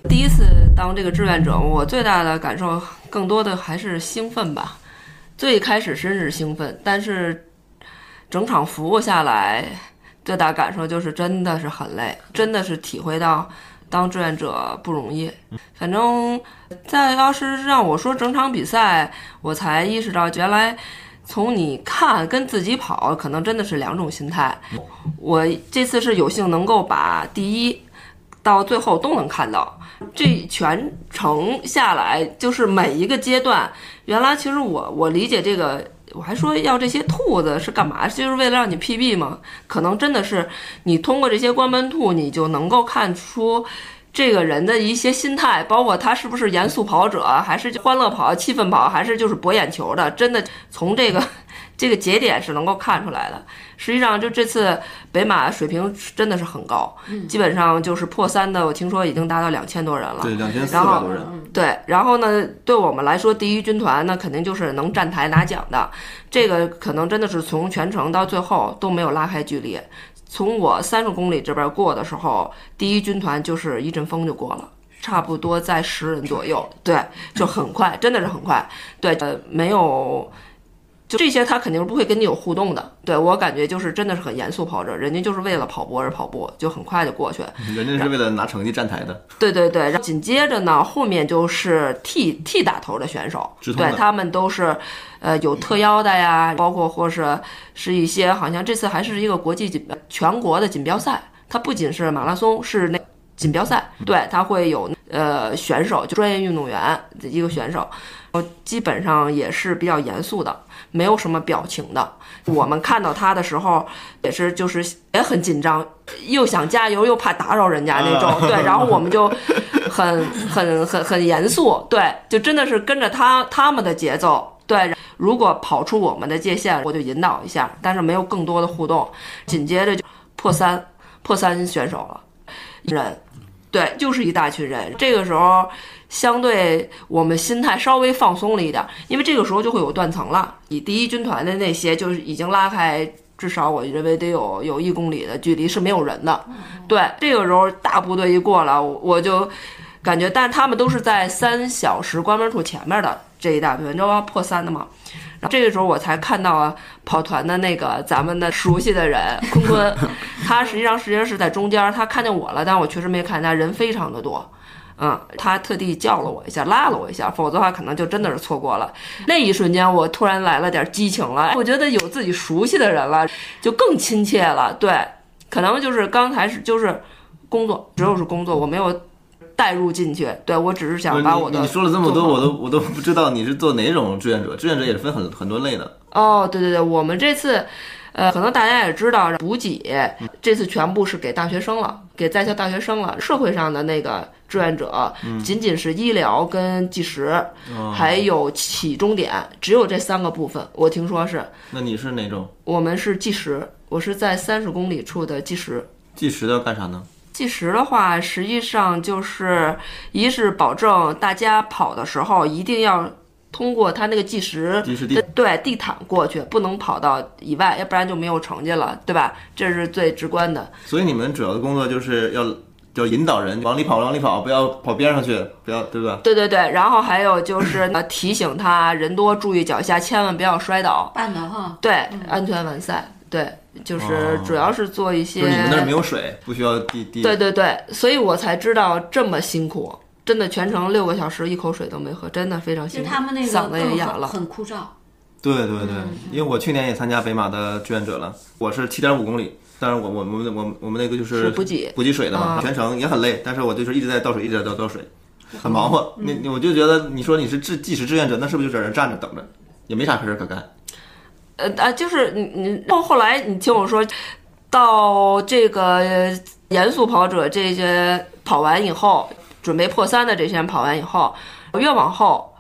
[SPEAKER 2] 第一次当这个志愿者，我最大的感受，更多的还是兴奋吧。最开始真是兴奋，但是整场服务下来，最大感受就是真的是很累，真的是体会到当志愿者不容易。反正，在要是让我说整场比赛，我才意识到原来。从你看跟自己跑，可能真的是两种心态。我这次是有幸能够把第一到最后都能看到，这全程下来，就是每一个阶段，原来其实我我理解这个，我还说要这些兔子是干嘛？就是为了让你 PB 嘛？可能真的是你通过这些关门兔，你就能够看出。这个人的一些心态，包括他是不是严肃跑者，还是欢乐跑、气氛跑，还是就是博眼球的，真的从这个这个节点是能够看出来的。实际上，就这次北马水平真的是很高，基本上就是破三的，我听说已经达到两千多人了。
[SPEAKER 1] 两千
[SPEAKER 2] 然后
[SPEAKER 1] 人，
[SPEAKER 4] 嗯
[SPEAKER 2] 对，然后呢，对我们来说，第一军团那肯定就是能站台拿奖的，这个可能真的是从全程到最后都没有拉开距离。从我三十公里这边过的时候，第一军团就是一阵风就过了。差不多在十人左右，对，就很快，真的是很快，对，呃，没有，就这些他肯定是不会跟你有互动的，对我感觉就是真的是很严肃跑者，人家就是为了跑步而跑步，就很快就过去，
[SPEAKER 1] 人家是为了拿成绩站台的，
[SPEAKER 2] 对对对，然后紧接着呢，后面就是 T T 打头的选手，
[SPEAKER 1] 直通的
[SPEAKER 2] 对他们都是，呃，有特邀的呀，包括或是是一些好像这次还是一个国际锦标全国的锦标赛，它不仅是马拉松，是那锦标赛，对，它会有呃选手，就专业运动员的一个选手。我基本上也是比较严肃的，没有什么表情的。我们看到他的时候，也是就是也很紧张，又想加油又怕打扰人家那种。对，然后我们就很很很很严肃，对，就真的是跟着他他们的节奏。对，如果跑出我们的界限，我就引导一下，但是没有更多的互动。紧接着就破三，破三选手了，人，对，就是一大群人。这个时候，相对我们心态稍微放松了一点，因为这个时候就会有断层了。以第一军团的那些，就是已经拉开，至少我认为得有有一公里的距离是没有人的。对，这个时候大部队一过来，我我就感觉，但他们都是在三小时关门处前面的这一大队，你知道要破三的嘛。然后这个时候我才看到啊，跑团的那个咱们的熟悉的人坤坤，他实际上实际上是在中间，他看见我了，但我确实没看见他，人非常的多。嗯，他特地叫了我一下，拉了我一下，否则的话可能就真的是错过了。那一瞬间，我突然来了点激情了，我觉得有自己熟悉的人了，就更亲切了。对，可能就是刚才是就是工作，只有是工作，我没有带入进去。对我只是想把我
[SPEAKER 1] 你
[SPEAKER 2] 的
[SPEAKER 1] 你说了这么多，
[SPEAKER 2] 做好
[SPEAKER 1] 我都我都不知道你是做哪种志愿者。志愿者也是分很很多类的，
[SPEAKER 2] 哦，对对对，我们这次，呃，可能大家也知道，补给这次全部是给大学生了，给在校大学生了。社会上的那个志愿者，仅仅是医疗跟计时，
[SPEAKER 1] 哦
[SPEAKER 2] 还有起终点，只有这三个部分。我听说是
[SPEAKER 1] 那你是哪种？
[SPEAKER 2] 我们是计时，我是在三十公里处的计时。
[SPEAKER 1] 计时的干啥呢？
[SPEAKER 2] 计时的话，实际上就是一是保证大家跑的时候一定要通过它那个计时
[SPEAKER 1] 计时
[SPEAKER 2] 对
[SPEAKER 1] 地
[SPEAKER 2] 对地毯过去，不能跑到以外，要不然就没有成绩了，对吧？这是最直观的。
[SPEAKER 1] 所以你们主要的工作就是要要引导人往里跑，往里跑，不要跑边上去，不要对吧？
[SPEAKER 2] 对对对，然后还有就是 <coughs> 呃提醒他人多注意脚下，千万不要摔倒。
[SPEAKER 4] 办的哈，
[SPEAKER 2] 对，安全完赛。对，就是
[SPEAKER 1] 哦
[SPEAKER 2] 主要是做一些。
[SPEAKER 1] 就是你们那儿没有水，不需要滴滴。
[SPEAKER 2] 对对对，所以我才知道这么辛苦，真的全程六个小时一口水都没喝，真的非常
[SPEAKER 4] 其
[SPEAKER 2] 辛
[SPEAKER 4] 实
[SPEAKER 2] 苦，
[SPEAKER 4] 他们那个
[SPEAKER 2] 嗓子也
[SPEAKER 4] 更
[SPEAKER 2] 哑
[SPEAKER 4] 很
[SPEAKER 2] 了。
[SPEAKER 4] 很枯燥。
[SPEAKER 1] 对对对，
[SPEAKER 2] 嗯
[SPEAKER 1] 因为我去年也参加北马的志愿者了，我是七点五公里，但是我我我们我们我们那个就是是
[SPEAKER 2] 补给
[SPEAKER 1] 补给水的嘛，
[SPEAKER 2] 啊
[SPEAKER 1] 全程也很累，但是我就是一直在倒水，一直在倒倒水，很忙活。
[SPEAKER 2] 嗯
[SPEAKER 1] 你你我就觉得你说你是志计时志愿者，那是不是就在那儿站着等着，也没啥事儿可干？
[SPEAKER 2] 呃啊，就是你你，然后后来你听我说，到这个呃严肃跑者这些跑完以后，准备破三的这些人跑完以后，越往后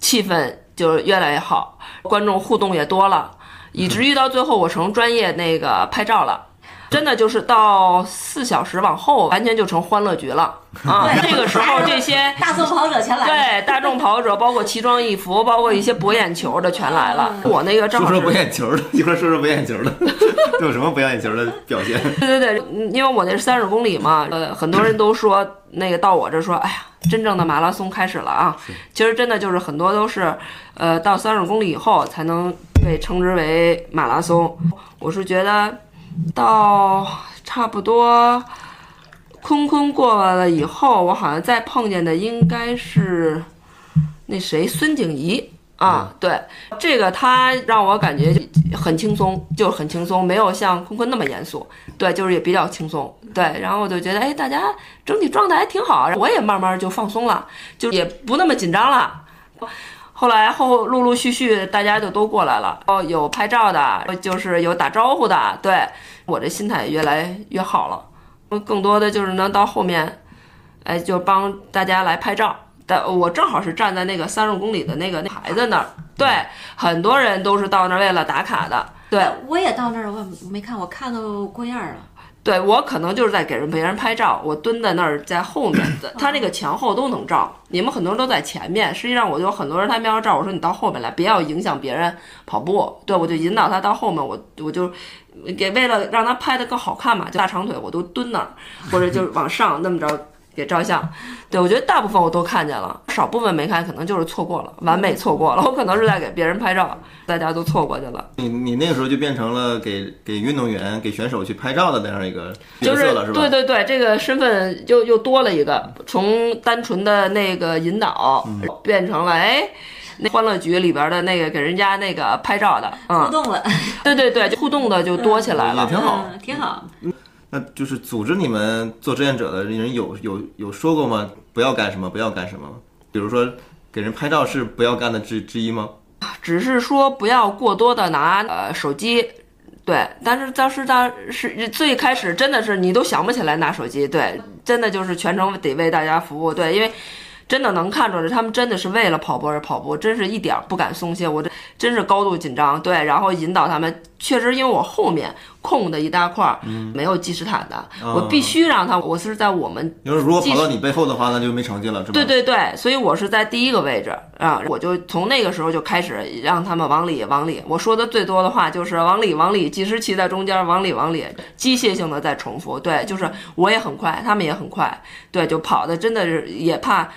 [SPEAKER 2] 气氛就越来越好，观众互动也多了，以至于到最后我成专业那个拍照了。真的就是到四小时往后，完全就成欢乐局了啊！这个时候这些
[SPEAKER 4] 大众跑者前来，
[SPEAKER 2] 对大众跑者，包括奇装异服，包括一些博眼球的全来了。我那个正
[SPEAKER 1] 说
[SPEAKER 2] 好
[SPEAKER 1] 说
[SPEAKER 2] 是
[SPEAKER 1] 不眼球的， <laughs> 一会儿说说不眼球的， <laughs> 都有什么不眼球的表现？
[SPEAKER 2] 对对对，嗯因为我那是三十公里嘛，呃，很多人都说那个到我这说，哎呀，真正的马拉松开始了啊。其实真的就是很多都是，呃，到三十公里以后才能被称之为马拉松。我是觉得到差不多坤坤过来了以后，我好像再碰见的应该是那谁孙景怡。啊，对，这个他让我感觉很轻松，就是很轻松，没有像坤坤那么严肃。对，就是也比较轻松，对，然后我就觉得，哎，大家整体状态还挺好，我也慢慢就放松了，就也不那么紧张了。后来后陆陆续续大家就都过来了，哦，有拍照的，就是有打招呼的，对我这心态也越来越好了。我更多的就是能到后面，哎，就帮大家来拍照。但我正好是站在那个三十公里的那个那牌子那儿，对，很多人都是到那儿为了打卡的，对，
[SPEAKER 4] 我也到那儿，我也没看，我看到郭燕儿了。
[SPEAKER 2] 对我可能就是在给人别人拍照，我蹲在那儿在后面，他那个前后都能照。你们很多人都在前面，实际上我就很多人他们要照，我说你到后面来，不要影响别人跑步。对我就引导他到后面，我我就给为了让他拍的更好看嘛，就大长腿我都蹲那儿，或者就是往上那么着给照相。对我觉得大部分我都看见了，少部分没看，可能就是错过了，完美错过了。我可能是在给别人拍照，大家都错过去了。
[SPEAKER 1] 你你那个时候就变成了给给运动员、给选手去拍照的那样一个角
[SPEAKER 2] 就
[SPEAKER 1] 色了，是吧？
[SPEAKER 2] 对对对，这个身份又又多了一个，从单纯的那个引导、
[SPEAKER 1] 嗯
[SPEAKER 2] <laughs> 变成了哎。那欢乐局里边的那个给人家那个拍照的，
[SPEAKER 4] 互
[SPEAKER 2] 嗯，
[SPEAKER 4] 动了，
[SPEAKER 2] 对对对，就互动的就多起来
[SPEAKER 1] 也
[SPEAKER 2] 了。
[SPEAKER 1] 挺好。
[SPEAKER 4] 嗯，挺好。
[SPEAKER 1] 那就是组织你们做志愿者的人有有有说过吗？不要干什么，不要干什么吗？比如说给给人拍照是不要干的之之一吗？
[SPEAKER 2] 只是说不要过多的拿呃手机，对，但是当时当是最开始真的是你都想不起来拿手机，对，真的就是全程得为大家服务，对，因为真的能看出来他们真的是为了跑步而跑步，真是一点儿不敢松懈，我这真是高度紧张，对，然后引导他们，确实因为我后面空的一大块儿没有计时毯的，
[SPEAKER 1] 嗯
[SPEAKER 2] 我必须让他，我是在我们
[SPEAKER 1] 因为啊如果
[SPEAKER 2] 技
[SPEAKER 1] 跑
[SPEAKER 2] 术
[SPEAKER 1] 到你背后的话，那就没成绩了，是吧？
[SPEAKER 2] 对对对，所以我是在第一个位置啊，我就从那个时候就开始让他们往里往里。我说的最多的话就是往里往里，计时器在中间，往里往里，机械性的在重复。对，就是我也很快，他们也很快，对，就跑的真的是也怕。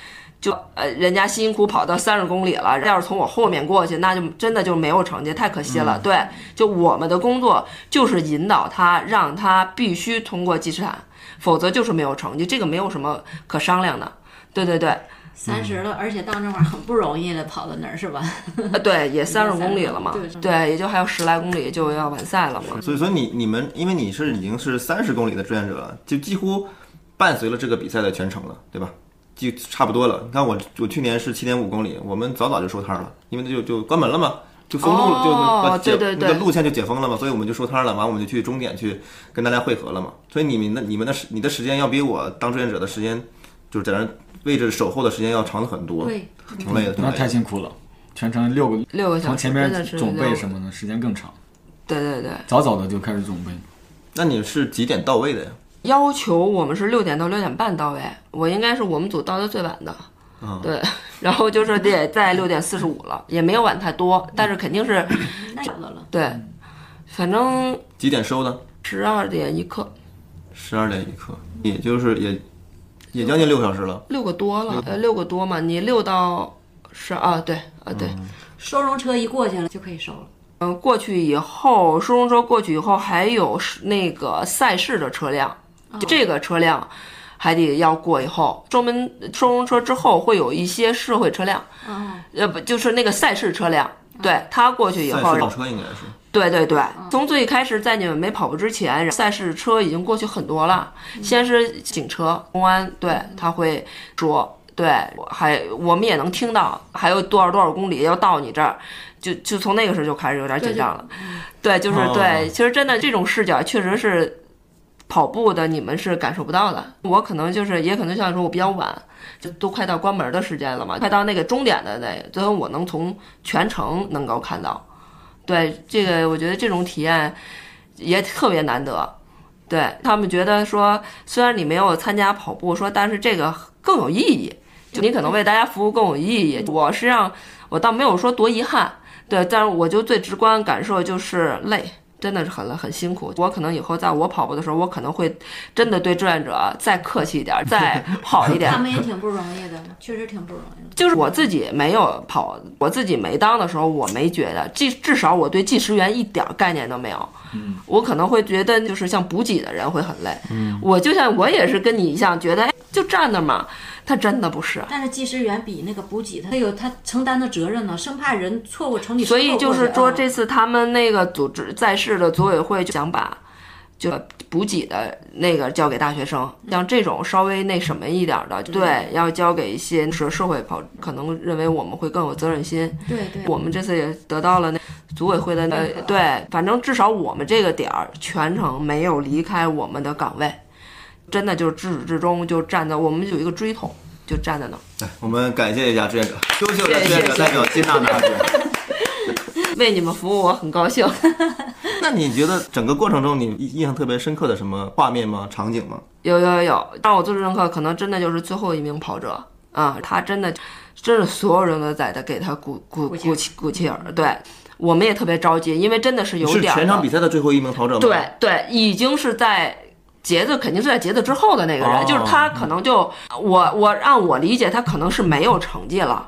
[SPEAKER 2] 就呃，人家辛辛苦苦跑到三十公里了，要是从我后面过去，那就真的就没有成绩，太可惜了。
[SPEAKER 1] 嗯
[SPEAKER 2] 对，就我们的工作就是引导他，让他必须通过计时毯，否则就是没有成绩，这个没有什么可商量的。对对对，
[SPEAKER 4] 三十
[SPEAKER 1] 嗯
[SPEAKER 4] 了，而且到那会儿很不容易了，跑到那儿是吧？
[SPEAKER 2] 呃，对，也三十公里了嘛
[SPEAKER 4] 对，是
[SPEAKER 2] 对，也就还有十来公里就要完赛了嘛。
[SPEAKER 1] 啊所以说你你们，因为你是已经是三十公里的志愿者了，就几乎伴随了这个比赛的全程了，对吧？就差不多了。你看我我去年是七点五公里，我们早早就收摊了，因为就就关门了嘛，就封路了，就
[SPEAKER 2] 哦
[SPEAKER 1] 把解
[SPEAKER 2] 对对对
[SPEAKER 1] 那个路线就解封了嘛，所以我们就收摊了，完我们就去终点去跟大家汇合了嘛。所以你们的你们的时你的时间要比我当志愿者的时间，就是在那位置守候的时间要长很多，
[SPEAKER 4] 对，
[SPEAKER 1] 挺累的，挺
[SPEAKER 3] 那
[SPEAKER 1] 累
[SPEAKER 3] 太
[SPEAKER 1] 的。
[SPEAKER 3] 辛苦了，全程六个，
[SPEAKER 2] 六个小
[SPEAKER 3] 从
[SPEAKER 2] 时，
[SPEAKER 3] 前
[SPEAKER 2] 真
[SPEAKER 3] 面
[SPEAKER 2] 的是
[SPEAKER 3] 准
[SPEAKER 2] 六
[SPEAKER 3] 备
[SPEAKER 2] 个
[SPEAKER 3] 什么的时间更长，
[SPEAKER 2] 对对对，
[SPEAKER 3] 早早的就开始准备。
[SPEAKER 1] 那你是几点到位的呀？
[SPEAKER 2] 要求我们是六点到六点半到位，我应该是我们组到的最晚的。
[SPEAKER 1] 嗯
[SPEAKER 2] 对， <laughs> 然后就是得在六点四十五了，也没有晚太多，但是肯定是
[SPEAKER 4] 那有的了。
[SPEAKER 2] 对，反正
[SPEAKER 1] 几点收的？
[SPEAKER 2] 十二点一刻，
[SPEAKER 1] 十二点一刻，也就是也也将近六个小时了。
[SPEAKER 2] 六个多了，呃，六个多嘛，你六到十啊，对啊对，
[SPEAKER 4] 收容车一过去了就可以收了。
[SPEAKER 2] 嗯，过去以后，收容车过去以后，还有是那个赛事的车辆，就这个车辆还得要过以后，收门收容车之后会有一些社会车辆，
[SPEAKER 4] 啊，
[SPEAKER 2] 呃，不就是那个赛事车辆。对他过去以
[SPEAKER 1] 赛
[SPEAKER 2] 后
[SPEAKER 1] 事，倒车应该是，
[SPEAKER 2] 对对对，从最开始在你们没跑步之前，赛事车已经过去很多了。先是警车、公安，对他会说，对，还我们也能听到，还有多少多少公里要到你这儿，就就从那个时候就开始有点紧张了。对，就是
[SPEAKER 1] 哦
[SPEAKER 2] 对，其实真的这种视角确实是。跑步的你们是感受不到的，我可能就是也可能像说我比较晚，就都快到关门的时间了嘛，快到那个终点的那，最后我能从全程能够看到，对这个，我觉得这种体验也特别难得。对他们觉得说，虽然你没有参加跑步，说但是这个更有意义，就你可能为大家服务更有意义。我实际上我倒没有说多遗憾，对，但是我就最直观感受就是累。真的是很累，很辛苦。我可能以后在我跑步的时候，我可能会真的对志愿者再客气一点，再好一点
[SPEAKER 4] 他。们也挺不容易的，确实挺不容易的。
[SPEAKER 2] 就是我自己没有跑，我自己没当的时候，我没觉得，至至少我对计时员一点儿概念都没有。嗯，我可能会觉得就是像补给的人会很累。嗯，我就像我也是跟你一样，觉得哎就站那儿嘛，他真的不是。
[SPEAKER 4] 但是计时员比那个补给，他有他承担的责任呢，生怕人错误成你
[SPEAKER 2] 所以就是说，这
[SPEAKER 4] 啊
[SPEAKER 2] 次他们那个组织在世的组委会就想把就补给的那个交给大学生，像这种稍微那什么一点儿的，嗯对，要交给一些是社会跑，可能认为我们会更有责任心。
[SPEAKER 4] 对对，
[SPEAKER 2] 我们这次也得到了那组委会的那
[SPEAKER 4] 认可
[SPEAKER 2] 对，反正至少我们这个点儿全程没有离开我们的岗位，真的就是至始至终就站在我们有一个锥桶，就站在那儿。
[SPEAKER 1] 哎，我们感谢一下志愿者，优秀的
[SPEAKER 2] 谢谢
[SPEAKER 1] 志愿者代表金娜大姐。
[SPEAKER 2] 为你们服务，我很高兴。 <laughs>
[SPEAKER 1] 那你觉得整个过程中你印象特别深刻的什么画面吗？场景吗？
[SPEAKER 2] 有有有有，让我最深刻，可能真的就是最后一名跑者啊、他真的，真是所有人都在他给他鼓鼓
[SPEAKER 4] 鼓劲儿
[SPEAKER 2] 鼓气鼓气儿。对，我们也特别着急，因为真的是有
[SPEAKER 1] 你是
[SPEAKER 2] 点儿
[SPEAKER 1] 全场
[SPEAKER 2] 的
[SPEAKER 1] 比赛的最后一名跑者吗？
[SPEAKER 2] 对，对，已经是在杰子，肯定是在杰子之后的那个人，
[SPEAKER 1] 哦
[SPEAKER 2] 就是他可能就我我按我理解，他可能是没有成绩
[SPEAKER 1] 嗯
[SPEAKER 2] 了。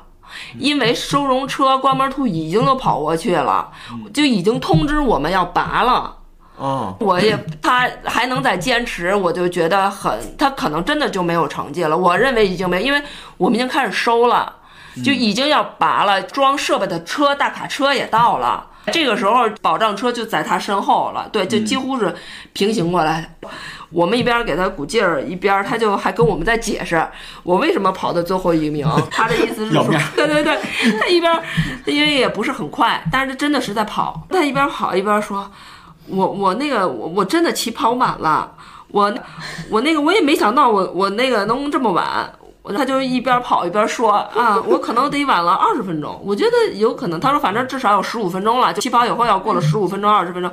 [SPEAKER 2] 因为收容车关门兔已经都跑过去了，
[SPEAKER 1] 嗯
[SPEAKER 2] 就已经通知我们要拔了。
[SPEAKER 1] 哦，
[SPEAKER 2] 我
[SPEAKER 1] <laughs>
[SPEAKER 2] 也他还能再坚持，我就觉得很，他可能真的就没有成绩了。我认为已经没，因为我们已经开始收了，
[SPEAKER 3] 嗯
[SPEAKER 2] 就已经要拔了，装设备的车大卡车也到了。
[SPEAKER 3] 嗯
[SPEAKER 2] 这个时候，保障车就在他身后了，对，就几乎是平行过来。我们一边给他鼓劲儿，一边他就还跟我们在解释我为什么跑到最后一
[SPEAKER 3] <laughs>
[SPEAKER 2] 名。他的意思是
[SPEAKER 3] 要
[SPEAKER 2] 说
[SPEAKER 3] 面儿，
[SPEAKER 2] <laughs> 对对对，他一边因为也不是很快，但是真的是在跑，他一边跑一边说，我我那个我我真的起跑晚了，我我那个我也没想到我我那个能这么晚。他就一边跑一边说啊，我可能得晚了二十分钟，我觉得有可能。他说反正至少有十五分钟了，就起跑以后要过了十五分钟、二十分钟，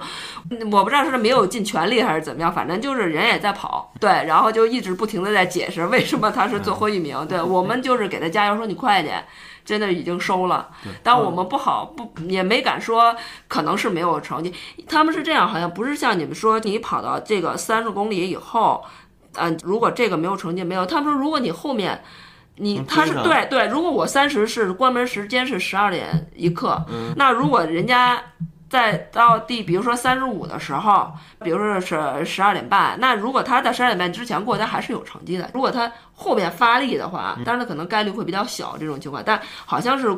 [SPEAKER 2] 嗯我不知道是没有尽全力还是怎么样，反正就是人也在跑，对，然后就一直不停的在解释为什么他是最后一名，对我们就是给他加油，说你快一点。真的已经收了，但我们不好不也没敢说，可能是没有成绩。他们是这样，好像不是像你们说，你跑到这个三十公里以后，嗯、如果这个没有成绩没有，他们说如果你后面，你
[SPEAKER 1] 嗯
[SPEAKER 2] 他是
[SPEAKER 1] 追上
[SPEAKER 2] 对对，如果我三十是关门时间是十二点一刻，
[SPEAKER 1] 嗯
[SPEAKER 2] 那如果人家在到第比如说三十五的时候，比如说是十二点半，那如果他在十二点半之前过，他还是有成绩的。如果他后面发力的话，
[SPEAKER 1] 嗯
[SPEAKER 2] 当然他可能概率会比较小这种情况，但好像是。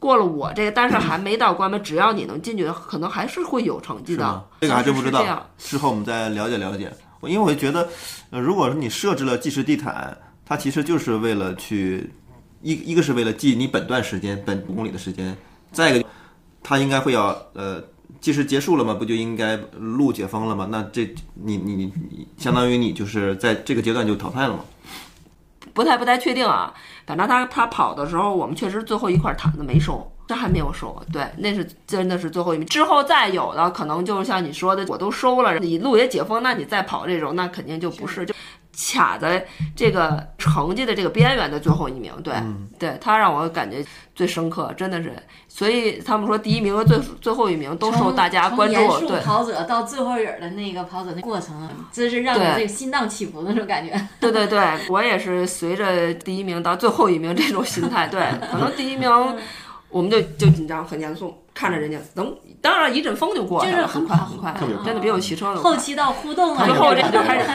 [SPEAKER 2] 过了我这个，但是还没到关门，只要你能进去，可能还是会有成绩
[SPEAKER 1] 是吗
[SPEAKER 2] 的？。
[SPEAKER 1] 这个还真不知
[SPEAKER 2] 是这样
[SPEAKER 1] 道，事后我们再了解了解。我因为我觉得，呃，如果是你设置了计时地毯，它其实就是为了去一一个是为了记你本段时间本公里的时间，再一个它应该会要呃。计时结束了嘛，不就应该路解封了吗？那这你你你你，相当于你就是在这个阶段就淘汰了嘛。
[SPEAKER 2] 不太不太确定啊。反正他他跑的时候，我们确实最后一块毯子没收，这还没有收。对，那是真的是最后一名。之后再有的可能就是像你说的，我都收了，你路也解封，那你再跑这种，那肯定就不是就。卡在这个成绩的这个边缘的最后一名，对，对他让我感觉最深刻，真的是，所以他们说第一名和最最后一名都受大家
[SPEAKER 4] 从
[SPEAKER 2] 关注
[SPEAKER 4] 从严，肃
[SPEAKER 2] 对，
[SPEAKER 4] 跑者到最后一人的那个跑者那过程，啊真是让你
[SPEAKER 2] 对
[SPEAKER 4] 这个心脏起伏的那种感觉。
[SPEAKER 2] <laughs> 对对对，我也是随着第一名到最后一名这种心态，对，
[SPEAKER 4] <laughs>
[SPEAKER 2] 可能第一名我们就就紧张，很严肃，看着人家能，当然一阵风就过去
[SPEAKER 4] 就是
[SPEAKER 2] 了，很快
[SPEAKER 4] 很
[SPEAKER 2] 很快，
[SPEAKER 3] 特别快
[SPEAKER 2] 真的比我骑车都快
[SPEAKER 4] <laughs> 后期到互动啊了，
[SPEAKER 2] 最后这个就开始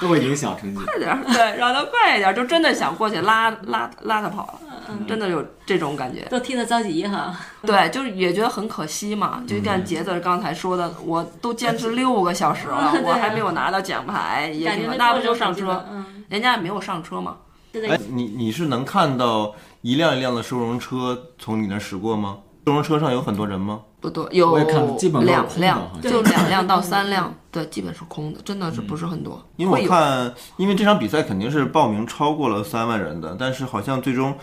[SPEAKER 3] 都会影响成绩。
[SPEAKER 2] 快点儿，对，让
[SPEAKER 4] <laughs>
[SPEAKER 2] 他快一点儿，就真的想过去拉拉拉他跑了，
[SPEAKER 4] 嗯
[SPEAKER 2] 真的有这种感觉。
[SPEAKER 4] 都替他着急哈。
[SPEAKER 2] 对，就是也觉得很可惜
[SPEAKER 4] 嗯
[SPEAKER 2] 嘛。就像杰子刚才说的，我都坚持六个小时了，
[SPEAKER 4] 嗯对
[SPEAKER 2] 我还没有拿到奖牌，也
[SPEAKER 4] 感觉
[SPEAKER 2] 挺
[SPEAKER 4] 那
[SPEAKER 2] 那
[SPEAKER 4] 过
[SPEAKER 2] 不
[SPEAKER 4] 程
[SPEAKER 2] 就上
[SPEAKER 4] 很激
[SPEAKER 2] 车
[SPEAKER 4] 动？嗯，
[SPEAKER 2] 人家也没有上车嘛。
[SPEAKER 4] 对
[SPEAKER 1] 哎
[SPEAKER 4] 对，，
[SPEAKER 1] 你你是能看到一辆一辆的收容车从你那儿驶过吗？收容车上有很多人吗？
[SPEAKER 2] 不多，有
[SPEAKER 3] 我也看基本都是
[SPEAKER 2] 两
[SPEAKER 3] 空的
[SPEAKER 2] 辆
[SPEAKER 3] 好，像嗯
[SPEAKER 2] 就两辆到三辆，对，基本是空的，真的是不是很多。
[SPEAKER 1] 因为
[SPEAKER 2] 会
[SPEAKER 1] 我
[SPEAKER 2] 有
[SPEAKER 1] 看，因为这场比赛肯定是报名超过了三万人的，但是好像最终，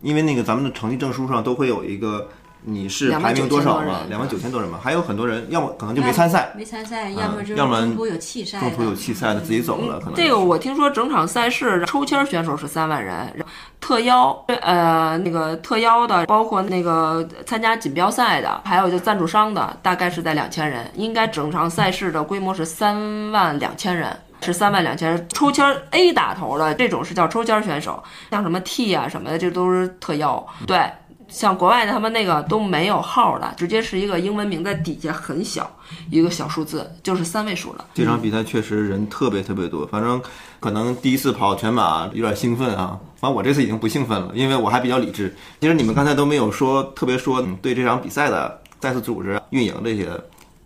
[SPEAKER 1] 因为那个咱们的成绩证书上都会有一个你是排名多少嘛，两万九千多人嘛，还有很多人要么可能就没参赛，
[SPEAKER 4] 没参赛，要么就是
[SPEAKER 1] 嗯要不然
[SPEAKER 4] 中途有弃赛的，
[SPEAKER 1] 中途有弃赛的自己走了，可能
[SPEAKER 2] 这个我听说整场赛事抽签选手是三万人，然后特邀呃那个特邀的，包括那个参加锦标赛的，还有就赞助商的，大概是在两千人，应该整场赛事的规模是三万两千人。是三万两千人，抽签儿 A 打头的这种是叫抽签儿选手，像什么 T 啊什么的，这都是特邀。
[SPEAKER 1] 嗯
[SPEAKER 2] 对，像国外的他们那个都没有号的，直接是一个英文名在底下很小一个小数字，就是三位数了。
[SPEAKER 1] 这场比赛确实人特别特别多，反正可能第一次跑全马有点兴奋啊，反正我这次已经不兴奋了，因为我还比较理智。其实你们刚才都没有说特别说嗯对这场比赛的赛事组织、啊运营这些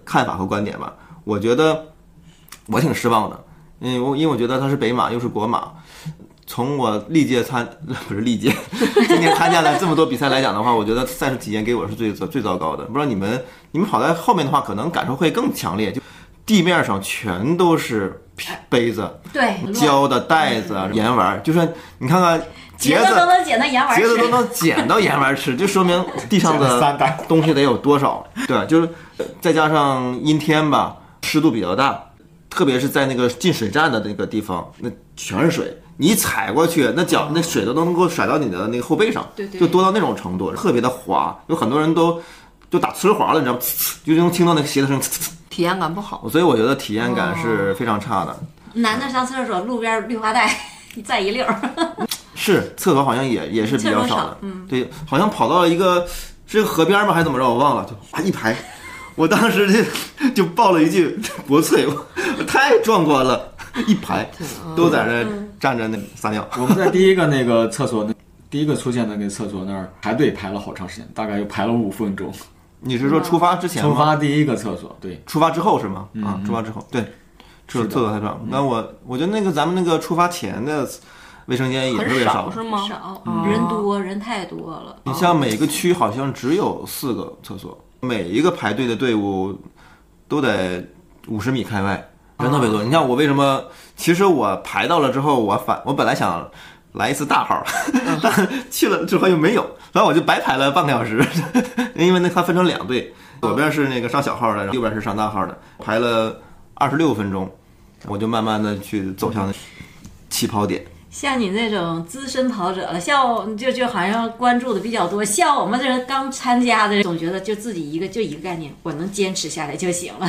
[SPEAKER 1] 看法和观点吧，我觉得我挺失望的，嗯，我因为我觉得它是北马又是国马，从我历届参 <laughs> 不是历届，今年参加了这么多比赛来讲的话，我觉得赛事体验给我是最最糟糕的。不知道你们你们跑在后面的话，可能感受会更强烈，就地面上全都是皮
[SPEAKER 4] 哎
[SPEAKER 1] 杯子、
[SPEAKER 4] 对，
[SPEAKER 1] 胶的袋子、啊盐丸，就算你看看
[SPEAKER 4] 杰
[SPEAKER 1] 杰
[SPEAKER 4] 子
[SPEAKER 1] 子
[SPEAKER 4] 嗯都能捡到盐丸
[SPEAKER 1] 茄
[SPEAKER 4] 吃
[SPEAKER 1] 子都能捡到盐丸吃，就说明地上
[SPEAKER 3] 捡了三
[SPEAKER 1] 的
[SPEAKER 3] 袋
[SPEAKER 1] 东西得有多少。对，就是呃再加上阴天吧，湿度比较大，特别是在那个进水站的那个地方，那全是水，你一踩过去，那脚那水都能够甩到你的那个后背上，
[SPEAKER 4] 对对
[SPEAKER 1] 就多到那种程度，特别的滑，有很多人都就打呲滑了，你知道吗？就能听到那个鞋的声音，
[SPEAKER 2] 体验感不好。
[SPEAKER 1] 所以我觉得体验感是非常差的。
[SPEAKER 4] 男的上厕所路边绿化带， <laughs> 再一溜儿，
[SPEAKER 1] 是厕所好像也也是比较
[SPEAKER 4] 厕所
[SPEAKER 1] 少
[SPEAKER 4] 少
[SPEAKER 1] 的，对，好像跑到了一个是河边吗还是怎么着，我忘了，就啊一排，我当时就就爆了一句国粹，我太壮观了，一排
[SPEAKER 2] 嗯
[SPEAKER 1] 都在那站着那撒尿，
[SPEAKER 3] 我们在第一个那个厕所那第一个出现的那个厕所那儿排队排了好长时间，大概又排了五分钟。
[SPEAKER 1] 你是说出发之前
[SPEAKER 3] 出
[SPEAKER 1] 吗？
[SPEAKER 3] 发第一个厕所，对，
[SPEAKER 1] 出发之后是吗？啊，出发之后，对，厕
[SPEAKER 3] 是的
[SPEAKER 1] 厕所太爽。那我我觉得那个咱们那个出发前的卫生间也特
[SPEAKER 2] 很
[SPEAKER 1] 别
[SPEAKER 2] 少
[SPEAKER 1] 少，
[SPEAKER 2] 是吗？
[SPEAKER 4] 少
[SPEAKER 2] 哦，
[SPEAKER 4] 人多人太多了。
[SPEAKER 1] 你像每个区好像只有四个厕所，每一个排队的队伍都得五十米开外，人特别多。你像我为什么？其实我排到了之后，我反我本来想来一次大号， <laughs> 但去了之后又没有，然后我就白排了半个小时， <laughs> 因为那它分成两队，左边是那个上小号的，右边是上大号的，排了二十六分钟，我就慢慢的去走向起跑点。
[SPEAKER 4] 像你那种资深跑者了，像我就就好像关注的比较多，像我们这人刚参加的人，总觉得就自己一个就一个概念，我能坚持下来就行了，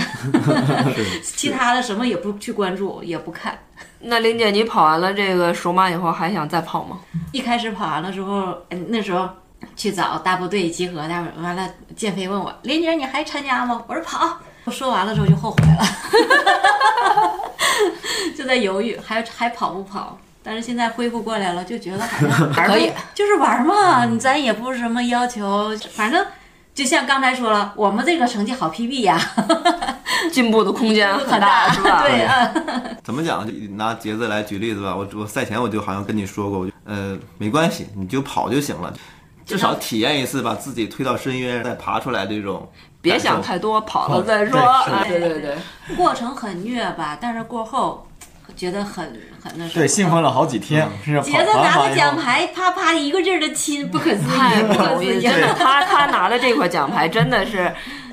[SPEAKER 4] 其他的什么也不去关注，也不看。
[SPEAKER 2] 那林姐，你跑完了这个首马以后，还想再跑吗？ <laughs>
[SPEAKER 4] 一开始跑完了之后，嗯那时候去找大部队集合，大部完了，建飞问我林姐你还参加吗？我说跑。我说完了之后就后悔了， <laughs> 就在犹豫还还跑不跑。但是现在恢复过来了，就觉得好像还
[SPEAKER 2] 可以，
[SPEAKER 4] 就是玩嘛，你咱也不是什么要求，反正就像刚才说了，我们这个成绩好 PB 呀、
[SPEAKER 2] 进步的空间很
[SPEAKER 4] 大
[SPEAKER 2] 是吧？
[SPEAKER 4] 对啊，
[SPEAKER 1] 怎么讲？就拿杰子来举例子吧，我我赛前我就好像跟你说过，我就呃没关系，你就跑就行了，至少体验一次，把自己推到深渊再爬出来这种。
[SPEAKER 2] <laughs> 别想太多，跑了再说。
[SPEAKER 1] 对是
[SPEAKER 2] 哎对对对，
[SPEAKER 4] 过程很虐吧，但是过后觉得很很那什么。
[SPEAKER 3] 对，兴奋了好几天，是跑
[SPEAKER 4] 杰子
[SPEAKER 3] 完
[SPEAKER 4] 拿
[SPEAKER 3] 马
[SPEAKER 4] 着
[SPEAKER 3] 以
[SPEAKER 4] 奖
[SPEAKER 3] 后，
[SPEAKER 4] 牌，啪啪一个劲儿的亲，不可思
[SPEAKER 2] 太
[SPEAKER 4] 议，
[SPEAKER 2] 不
[SPEAKER 4] 不
[SPEAKER 2] 容
[SPEAKER 4] 可
[SPEAKER 2] 易，
[SPEAKER 4] 思
[SPEAKER 2] 真
[SPEAKER 4] 议。
[SPEAKER 2] 的，他他拿了这块奖牌，真的是，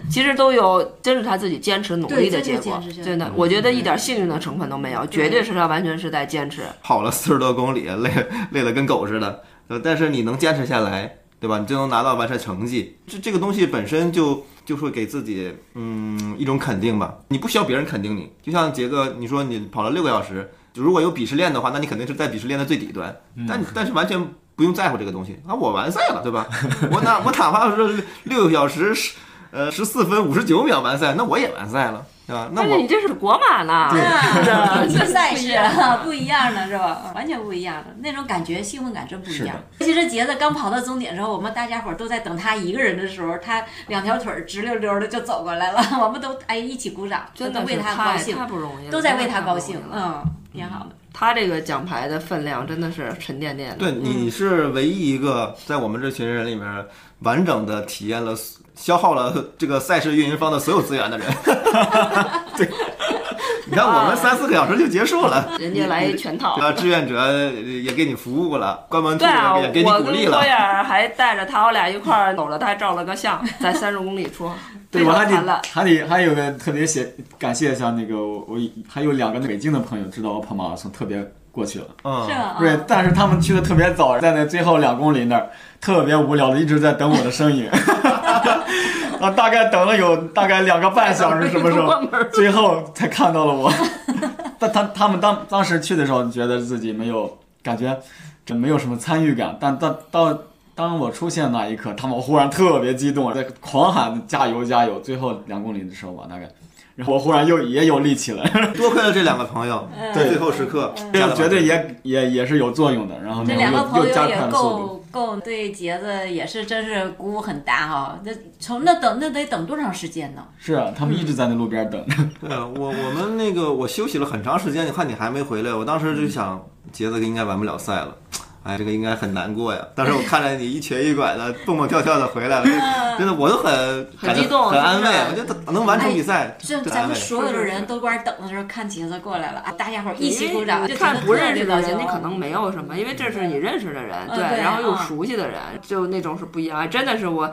[SPEAKER 2] 其实都有，真是他自己坚持努力的结果
[SPEAKER 4] 对真是坚持，嗯
[SPEAKER 2] 真的，我觉得一点幸运的成分都没有，绝对是他完全是在坚持。
[SPEAKER 1] 跑了四十多公里，累累得跟狗似的，呃但是你能坚持下来，对吧？你就能拿到完赛成绩，这这个东西本身就就会给自己嗯一种肯定吧。你不需要别人肯定你，就像杰哥，你说你跑了六个小时，如果有鄙视链的话，那你肯定是在鄙视链的最底端，但但是完全。不用在乎这个东西啊，我完赛了，对吧？我哪我哪怕是六个小时十呃十四分五十九秒完赛，那我也完赛了，对吧？那
[SPEAKER 2] 但
[SPEAKER 1] 我
[SPEAKER 2] 是你这是国马呢，
[SPEAKER 4] <laughs> 啊
[SPEAKER 2] 是
[SPEAKER 4] 这
[SPEAKER 2] 的
[SPEAKER 4] 赛事啊不一样了，是吧？完全不一样了，那种感觉兴奋感真不一
[SPEAKER 1] 是
[SPEAKER 4] 样
[SPEAKER 1] 的。
[SPEAKER 4] 尤其是杰子刚跑到终点的时候，我们大家伙儿都在等他一个人的时候，他两条腿儿直溜溜的就走过来了， <laughs> 我们都哎一起鼓掌，
[SPEAKER 2] 真
[SPEAKER 4] 都
[SPEAKER 2] 的
[SPEAKER 4] 为
[SPEAKER 2] 是
[SPEAKER 4] 他
[SPEAKER 2] 太
[SPEAKER 4] 高兴
[SPEAKER 2] 太，不容易了，
[SPEAKER 4] 都在
[SPEAKER 2] 真的
[SPEAKER 4] 为
[SPEAKER 2] 太
[SPEAKER 4] 他高
[SPEAKER 2] 不容易
[SPEAKER 4] 兴，
[SPEAKER 2] 了。
[SPEAKER 4] 嗯，挺好的。
[SPEAKER 2] 他这个奖牌的分量真的是沉甸甸的。嗯
[SPEAKER 1] 对，你是唯一一个在我们这群人里面完整的体验了、消耗了这个赛事运营方的所有资源的人。 <laughs> 对，你看我们三四个小时就结束了，
[SPEAKER 2] 人家来一全套。
[SPEAKER 1] 啊，志愿者也给你服务了，关门兔
[SPEAKER 2] 对啊，
[SPEAKER 1] 也给你
[SPEAKER 2] 我
[SPEAKER 1] 鼓
[SPEAKER 2] 跟
[SPEAKER 1] 励
[SPEAKER 2] 郭
[SPEAKER 1] 了。
[SPEAKER 2] 燕儿还带着他，我俩一块儿走了，他还照了个相，在三十公里处。
[SPEAKER 3] <laughs> 对
[SPEAKER 2] 非
[SPEAKER 3] 我
[SPEAKER 2] 常
[SPEAKER 3] 还
[SPEAKER 2] 惨
[SPEAKER 3] 得
[SPEAKER 2] 了
[SPEAKER 3] 还得还有个特别写感谢一下那个我我还有两个北京的朋友知道我跑马拉松，特别过去了。
[SPEAKER 1] 嗯
[SPEAKER 4] 是，啊，
[SPEAKER 3] 对，但是他们去的特别早，在那最后两公里那儿特别无聊的，一直在等我的身影。 <laughs> 啊，大概等了有大概两个半小时，什么
[SPEAKER 2] <laughs>
[SPEAKER 3] 时候
[SPEAKER 2] 关门儿
[SPEAKER 3] 最后才看到了我。 <laughs> 但他他们当当时去的时候，觉得自己没有感觉，这没有什么参与感。但到到当我出现那一刻，他们忽然特别激动，在狂喊加油加油。最后两公里的时候吧，大概，然后我忽然又也有力气了，
[SPEAKER 1] 多亏了这两个朋友，
[SPEAKER 2] 嗯
[SPEAKER 3] 对
[SPEAKER 1] 最后时刻，
[SPEAKER 3] 这
[SPEAKER 1] 加了
[SPEAKER 3] 样
[SPEAKER 1] 把
[SPEAKER 3] 绝对也也也是有作用的。然后
[SPEAKER 4] 这
[SPEAKER 3] 呢
[SPEAKER 4] 两个
[SPEAKER 3] 又
[SPEAKER 4] 朋
[SPEAKER 3] 又加
[SPEAKER 4] 友
[SPEAKER 3] 快
[SPEAKER 4] 也
[SPEAKER 3] 了速度。
[SPEAKER 4] 够够对杰子也是真是鼓舞很大哈、那从那等那得等多长时间呢？
[SPEAKER 3] 是啊，
[SPEAKER 4] 嗯
[SPEAKER 3] 他们一直在那路边等。
[SPEAKER 1] 对啊，我我们那个我休息了很长时间，你看你还没回来，我当时就想杰子应该完不了赛了，哎，这个应该很难过呀。但是我看着你一瘸一拐的蹦蹦跳跳的回来了，真的我都很感觉
[SPEAKER 2] 嗯激动
[SPEAKER 1] 很安慰，
[SPEAKER 2] 是哎
[SPEAKER 1] 我
[SPEAKER 2] 不是
[SPEAKER 1] 觉得能完成比赛，
[SPEAKER 4] 这
[SPEAKER 1] 真安
[SPEAKER 4] 咱们
[SPEAKER 1] 慰。
[SPEAKER 4] 所有的人都光等的时候看杰子过来了，啊大家伙儿一起鼓掌，就
[SPEAKER 2] 看
[SPEAKER 4] 觉得
[SPEAKER 2] 不认识
[SPEAKER 4] 特别
[SPEAKER 2] 的
[SPEAKER 4] 高兴
[SPEAKER 2] 人，你可能没有什么，因为这是你认识的人，
[SPEAKER 4] 嗯
[SPEAKER 2] 对，
[SPEAKER 4] 对
[SPEAKER 2] 然后又
[SPEAKER 4] 嗯
[SPEAKER 2] 熟悉的人，就那种是不一样。哎真的是我，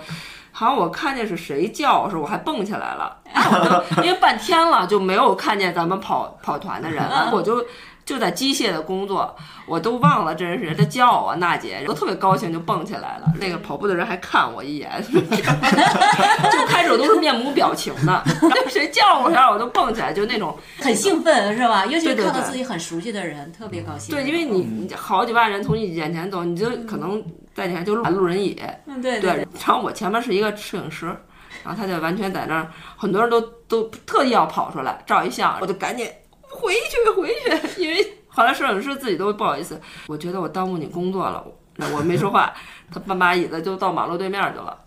[SPEAKER 2] 好像我看见是谁叫，是我还蹦起来
[SPEAKER 4] <laughs>
[SPEAKER 2] 了，我都因为半天了就没有看见咱们跑跑团的人了，
[SPEAKER 4] 嗯
[SPEAKER 2] 我就。就在机械的工作，我都忘了，真是他叫我啊娜姐，我特别高兴就蹦起来了。那个跑步的人还看我一眼， <laughs> 就开始我都是面无表情的，谁叫我啥我都蹦起来，就那种
[SPEAKER 4] 很兴奋是吧？尤其
[SPEAKER 2] 对
[SPEAKER 4] 是
[SPEAKER 2] 对
[SPEAKER 4] 看到
[SPEAKER 2] 对
[SPEAKER 4] 自己很熟悉的人，特别高兴。
[SPEAKER 2] 对，因为你你好几万人从你眼前走，你就可能在你前就路人乙，
[SPEAKER 4] 嗯对
[SPEAKER 2] 对。然后我前面是一个摄影师，然后他就完全在那儿，很多人都都特意要跑出来照一相，我就赶紧回去回去，因为后来摄影师自己都不好意思，我觉得我耽误你工作了，那我没说话，他搬把椅子就到马路对面去了。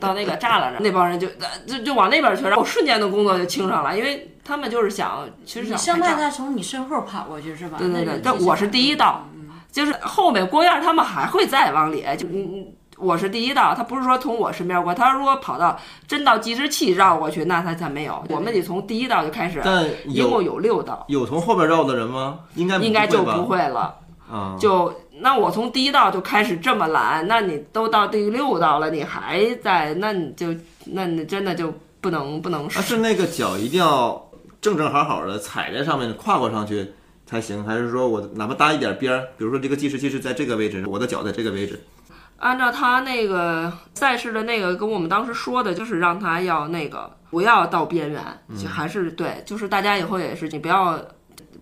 [SPEAKER 2] 到那个栅栏上，那帮人就呃就就往那边去，然后我瞬间的工作就清上了，因为他们就是想，其实
[SPEAKER 4] 你
[SPEAKER 2] 想
[SPEAKER 4] 生
[SPEAKER 2] 拍
[SPEAKER 4] 怕
[SPEAKER 2] 照
[SPEAKER 4] 他从你身后跑过去是吧？
[SPEAKER 2] 对对
[SPEAKER 4] 那
[SPEAKER 2] 对
[SPEAKER 4] 你，就
[SPEAKER 2] 但我是第一道，
[SPEAKER 4] 嗯
[SPEAKER 2] 就是后面郭燕儿他们还会再往里，就嗯嗯，我是第一道，他不是说从我身边过，他如果跑到真到计时器绕过去，那他才没有，我们得从第一道就开始，
[SPEAKER 1] 但
[SPEAKER 2] 一共
[SPEAKER 1] 有
[SPEAKER 2] 有六道，
[SPEAKER 1] 有从后边绕的人吗？应该
[SPEAKER 2] 应该就
[SPEAKER 1] 不
[SPEAKER 2] 不
[SPEAKER 1] 会
[SPEAKER 2] 会了，
[SPEAKER 1] 吧啊，
[SPEAKER 2] 就那我从第一道就开始这么懒，那你都到第六道了，你还在，那你就那你真的就不能不能
[SPEAKER 1] 啊是那个脚一定要正正好好的踩在上面跨过上去才行，还是说我哪怕搭一点边儿，比如说这个计时器是在这个位置，我的脚在这个位置，
[SPEAKER 2] 按照他那个赛事的那个跟我们当时说的，就是让他要那个不要到边缘，就还是对，就是大家以后也是你不要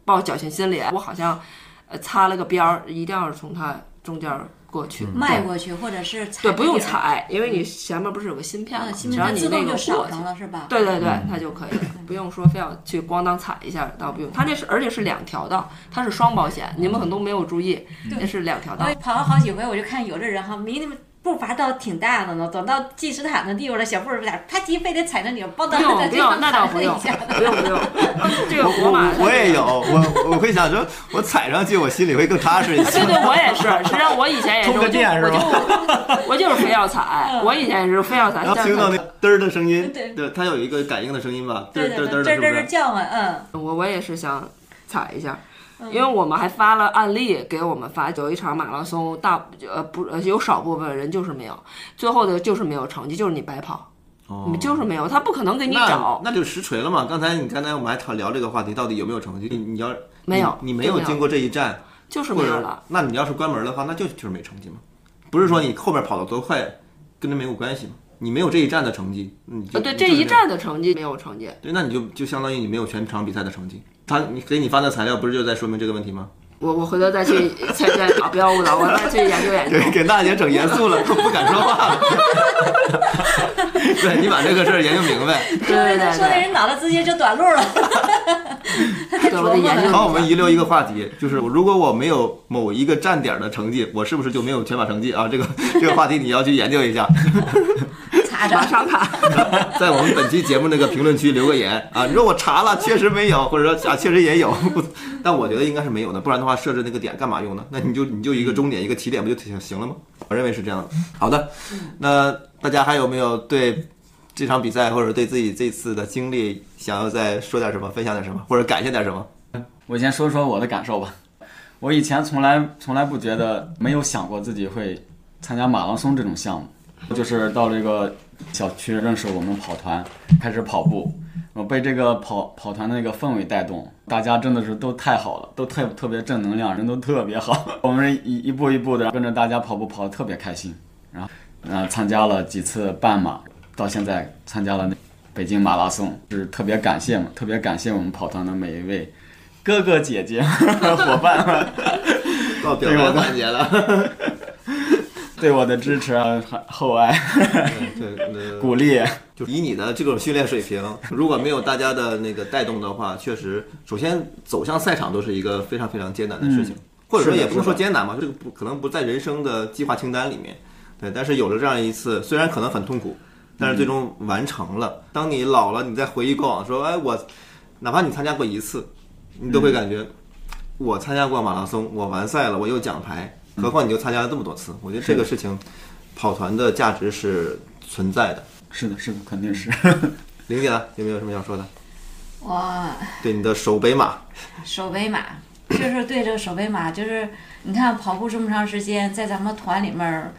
[SPEAKER 2] 抱侥幸心理，我好像呃擦了个边儿，一定要是从他中间儿过去，
[SPEAKER 4] 迈过去或者是踩
[SPEAKER 2] 对，不用
[SPEAKER 4] 着点儿，
[SPEAKER 2] 踩，因为你前面不是有个芯片
[SPEAKER 4] 那
[SPEAKER 2] 吗？
[SPEAKER 4] 个芯
[SPEAKER 2] 只要
[SPEAKER 4] 片
[SPEAKER 2] 你
[SPEAKER 4] 自
[SPEAKER 2] 那
[SPEAKER 4] 动
[SPEAKER 2] 个
[SPEAKER 4] 就
[SPEAKER 2] 过
[SPEAKER 4] 上
[SPEAKER 2] 去
[SPEAKER 4] 上。了是吧？
[SPEAKER 2] 对对对，它就可以了，不用说非要去咣当踩一下，倒不用。它那是而且是两条道，它是双保险，你们很多没有注意，那是两条道
[SPEAKER 4] 我。跑了好几回，我就看有的人哈，明明步伐倒挺大的呢，等到计时毯的地方了，小步儿俩啪叽非得踩那里，抱到
[SPEAKER 2] 不用
[SPEAKER 4] 在
[SPEAKER 2] 不
[SPEAKER 4] 地方
[SPEAKER 2] 用，那倒
[SPEAKER 4] 弹
[SPEAKER 2] 不
[SPEAKER 4] 了
[SPEAKER 2] 用 <laughs>
[SPEAKER 4] 一下。，
[SPEAKER 2] 不用不用。这个
[SPEAKER 1] <laughs> 我
[SPEAKER 2] 河马，
[SPEAKER 1] 我我也
[SPEAKER 2] <laughs>
[SPEAKER 1] 有，我我会想说，我踩上去我心里会更踏实一
[SPEAKER 2] 啊。对
[SPEAKER 1] 些。
[SPEAKER 2] 对，我也是。实际上我以前也是，
[SPEAKER 1] 通
[SPEAKER 2] 我
[SPEAKER 1] 个
[SPEAKER 2] 就
[SPEAKER 1] 电是吧？
[SPEAKER 2] 我就是非要踩，我以前也是非要踩
[SPEAKER 1] 然。后
[SPEAKER 2] 但
[SPEAKER 1] 听
[SPEAKER 2] 是
[SPEAKER 1] 到那嘚儿的声音，
[SPEAKER 4] 对
[SPEAKER 1] 对，它有一个感应的声音吧，嘚
[SPEAKER 4] 对
[SPEAKER 1] 儿
[SPEAKER 4] 对
[SPEAKER 1] 嘚
[SPEAKER 4] 对，
[SPEAKER 1] 儿嘚儿的，
[SPEAKER 4] 这这
[SPEAKER 1] 是不
[SPEAKER 4] 这
[SPEAKER 1] 是？
[SPEAKER 4] 叫唤，嗯，
[SPEAKER 2] 我我也是想踩一下。
[SPEAKER 4] 嗯
[SPEAKER 2] 因为我们还发了案例给我们发，有一场马拉松，大呃不呃有少部分人就是没有，最后的就是没有成绩，就是你白跑，
[SPEAKER 1] 哦
[SPEAKER 2] 你就是没有，他不可能给你
[SPEAKER 1] 那
[SPEAKER 2] 找，
[SPEAKER 1] 那就实锤了嘛。刚才你刚才我们还讨聊这个话题，到底有没有成绩？你你要
[SPEAKER 2] 没有，
[SPEAKER 1] 你你没
[SPEAKER 2] 就
[SPEAKER 1] 有
[SPEAKER 2] 没
[SPEAKER 1] 经过这一站，
[SPEAKER 2] 就是
[SPEAKER 1] 或
[SPEAKER 2] 没有
[SPEAKER 1] 者
[SPEAKER 2] 了。
[SPEAKER 1] 那你要是关门的话，那就就是没成绩嘛。不是说你后面跑得多快，跟这没有关系嘛。你没有这一站的成绩，你就
[SPEAKER 2] 呃，对
[SPEAKER 1] 你
[SPEAKER 2] 这
[SPEAKER 1] 就是
[SPEAKER 2] 一
[SPEAKER 1] 样
[SPEAKER 2] 站的成绩没有成绩，
[SPEAKER 1] 对，那你就就相当于你没有全场比赛的成绩。他你给你发的材料不是就在说明这个问题吗？
[SPEAKER 2] 我我回头
[SPEAKER 1] <laughs>
[SPEAKER 2] 再去再再啊，不要误导我，再去研究研究。
[SPEAKER 1] 给给娜姐整严肃了，都不敢说话了。 <laughs> 对你把这个事儿研究明白，
[SPEAKER 2] 对对对
[SPEAKER 4] 说的人脑袋直接就短路了，
[SPEAKER 2] 对，对我得研究一下。
[SPEAKER 1] 好，我们遗留一个话题，就是我如果我没有某一个站点的成绩，我是不是就没有全马成绩啊？这个这个话题你要去研究一下，
[SPEAKER 4] 擦
[SPEAKER 2] 马
[SPEAKER 4] 着。
[SPEAKER 2] 上卡，
[SPEAKER 1] <laughs> 在我们本期节目那个评论区留个言啊。你说我查了，确实没有，或者说啊确实也有， <laughs> 但我觉得应该是没有的，不然的话设置那个点干嘛用呢？那你就你就一个终点一个起点不就行行了吗？我认为是这样的。好的，那大家还有没有对？这场比赛或者对自己这次的经历，想要再说点什么，分享点什么，或者感谢点什么？
[SPEAKER 3] 我先说说我的感受吧。我以前从来从来不觉得，没有想过自己会参加马拉松这种项目。就是到这个小区认识我们跑团，开始跑步，我被这个跑跑团的那个氛围带动，大家真的是都太好了，都特特别正能量，人都特别好。 <laughs> 我们是一一步一步的跟着大家跑步，跑得特别开心。然后，呃，参加了几次半马，到现在参加了那北京马拉松，就是特别感谢嘛，特别感谢我们跑团的每一位哥哥姐姐 <laughs> 伙伴们
[SPEAKER 1] 到表白环节了，
[SPEAKER 3] 对我的支持啊、厚爱、
[SPEAKER 1] <laughs> 对，呃
[SPEAKER 3] 鼓励。
[SPEAKER 1] 就以你的这种训练水平，如果没有大家的那个带动的话，确实，首先走向赛场都是一个非常非常艰难的事情，或者说
[SPEAKER 3] 嗯是
[SPEAKER 1] 也
[SPEAKER 3] 的
[SPEAKER 1] 不是
[SPEAKER 3] 是
[SPEAKER 1] 说
[SPEAKER 3] 的
[SPEAKER 1] 艰难吧，这个不可能不在人生的计划清单里面。对，但是有了这样一次，虽然可能很痛苦，但是最终完成了。当你老了，你再回忆过往，说，哎，我哪怕你参加过一次，你
[SPEAKER 3] 嗯
[SPEAKER 1] 都会感觉、我参加过马拉松，我完赛了，我有奖牌，何况你就参加了这么多次，我觉得这个事情，跑团的价值是存在的。
[SPEAKER 3] 是的，是的，肯定是。
[SPEAKER 1] 玲姐呢，有没有什么想说的？
[SPEAKER 4] 哇，
[SPEAKER 1] 对你的手北 <laughs> 马，
[SPEAKER 4] 手背马，就是对这个手背马，就是你看跑步这么长时间，在咱们团里面儿，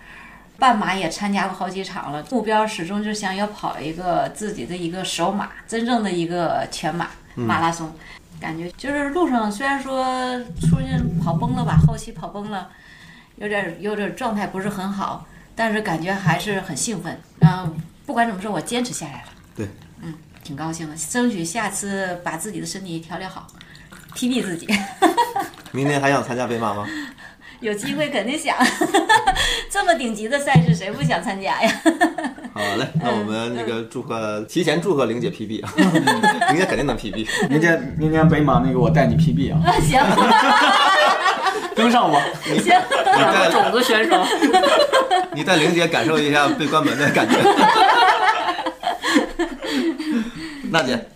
[SPEAKER 4] 半马也参加过好几场了，目标始终就想要跑一个自己的一个首马，真正的一个全马马拉松。感觉就是路上虽然说出现跑崩了吧，后期跑崩了，有点儿有点儿状态不是很好，但是感觉还是很兴奋。嗯，不管怎么说，我坚持下来了。
[SPEAKER 1] 对，
[SPEAKER 4] 嗯，挺高兴的，争取下次把自己的身体调理好。砥砺自己， <laughs>
[SPEAKER 1] 明年还想参加北马吗？
[SPEAKER 4] 有机会肯定想。 <laughs> 这么顶级的赛事，谁不想参加呀？ <laughs>
[SPEAKER 1] 好嘞，那我们那个祝贺，提前祝贺玲姐 <laughs> PB，啊玲姐肯定能 PB。
[SPEAKER 3] 明天明天北马那个我带你 PB 啊，
[SPEAKER 4] 行，
[SPEAKER 3] 跟上我。
[SPEAKER 4] 行，
[SPEAKER 1] 你带
[SPEAKER 2] 种子选手，
[SPEAKER 1] 你带玲姐感受一下被关门的 <laughs> 感觉。娜姐，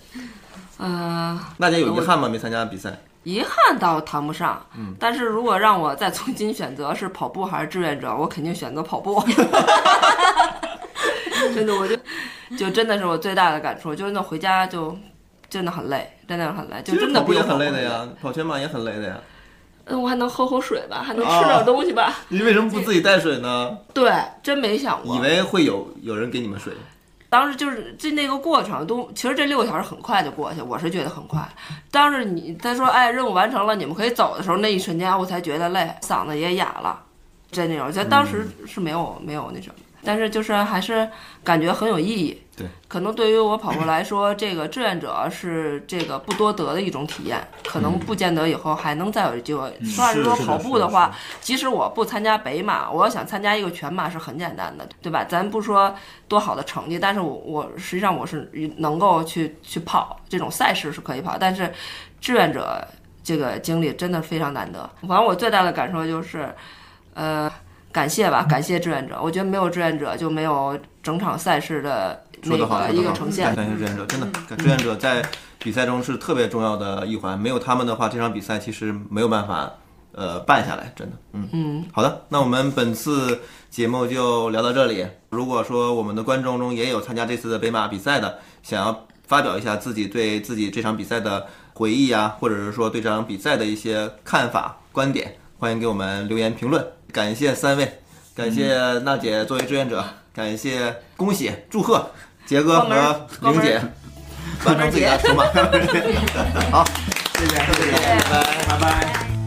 [SPEAKER 2] 嗯，
[SPEAKER 1] 娜姐有遗憾吗？没参加比赛？
[SPEAKER 2] 遗憾倒谈不上，
[SPEAKER 1] 嗯
[SPEAKER 2] 但是如果让我再重新选择是跑步还是志愿者，我肯定选择跑步。 <laughs> 真的，我就就真的是我最大的感触，就是那回家就真的很累，真的很累，就
[SPEAKER 1] 其实
[SPEAKER 2] 真的
[SPEAKER 1] 跑步
[SPEAKER 2] 不
[SPEAKER 1] 也
[SPEAKER 2] 用
[SPEAKER 1] 很累的。呀，跑全马也很累的呀。
[SPEAKER 2] 嗯，我还能喝口水吧，还能
[SPEAKER 1] 啊
[SPEAKER 2] 吃点东西吧。
[SPEAKER 1] 你为什么不自己带水呢？
[SPEAKER 2] 对，真没想过。
[SPEAKER 1] 以为会有有人给你们水，
[SPEAKER 2] 当时就是这那个过程都，其实这六个小时很快就过去，我是觉得很快。当时你他说哎任务完成了，你们可以走的时候，那一瞬间我才觉得累，嗓子也哑了，真那种。就当时
[SPEAKER 1] 嗯
[SPEAKER 2] 是没有、没有那什么，但是就是还是感觉很有意义。
[SPEAKER 1] 对，
[SPEAKER 2] 可能对于我跑步来说，这个志愿者是这个不多得的一种体验，可能不见得以后还能再有机会。实话实说，
[SPEAKER 1] 嗯是的
[SPEAKER 2] 跑
[SPEAKER 1] 是
[SPEAKER 2] 步
[SPEAKER 1] 的
[SPEAKER 2] 的话，即使我不参加北马，我要想参加一个全马是很简单的，对吧？咱不说多好的成绩，但是我我实际上我是能够去去跑这种赛事是可以跑，但是志愿者这个经历真的非常难得。反正我最大的感受就是，呃，感谢
[SPEAKER 1] 嗯
[SPEAKER 2] 吧，感谢志愿者。我觉得没有志愿者就没有整场赛事的那
[SPEAKER 1] 说得好，
[SPEAKER 2] 个
[SPEAKER 1] 说
[SPEAKER 2] 一
[SPEAKER 1] 得
[SPEAKER 2] 个
[SPEAKER 1] 好
[SPEAKER 2] 呈现。嗯
[SPEAKER 1] 感谢志愿者，真的，志愿者在比赛中是特别重要的一环，没有他们的话，这场比赛其实没有办法呃办下来，真的，嗯嗯。好的，那我们本次节目就聊到这里。如果说我们的观众中也有参加这次的北马比赛的，想要发表一下自己对自己这场比赛的回忆啊，或者是说对这场比赛的一些看法、观点，欢迎给我们留言评论。感谢三位，感谢娜姐作为志愿者，感谢恭喜祝贺杰哥和玲姐 <laughs> 完成自己的筹码。好，谢谢，谢谢，拜拜。
[SPEAKER 3] 拜拜。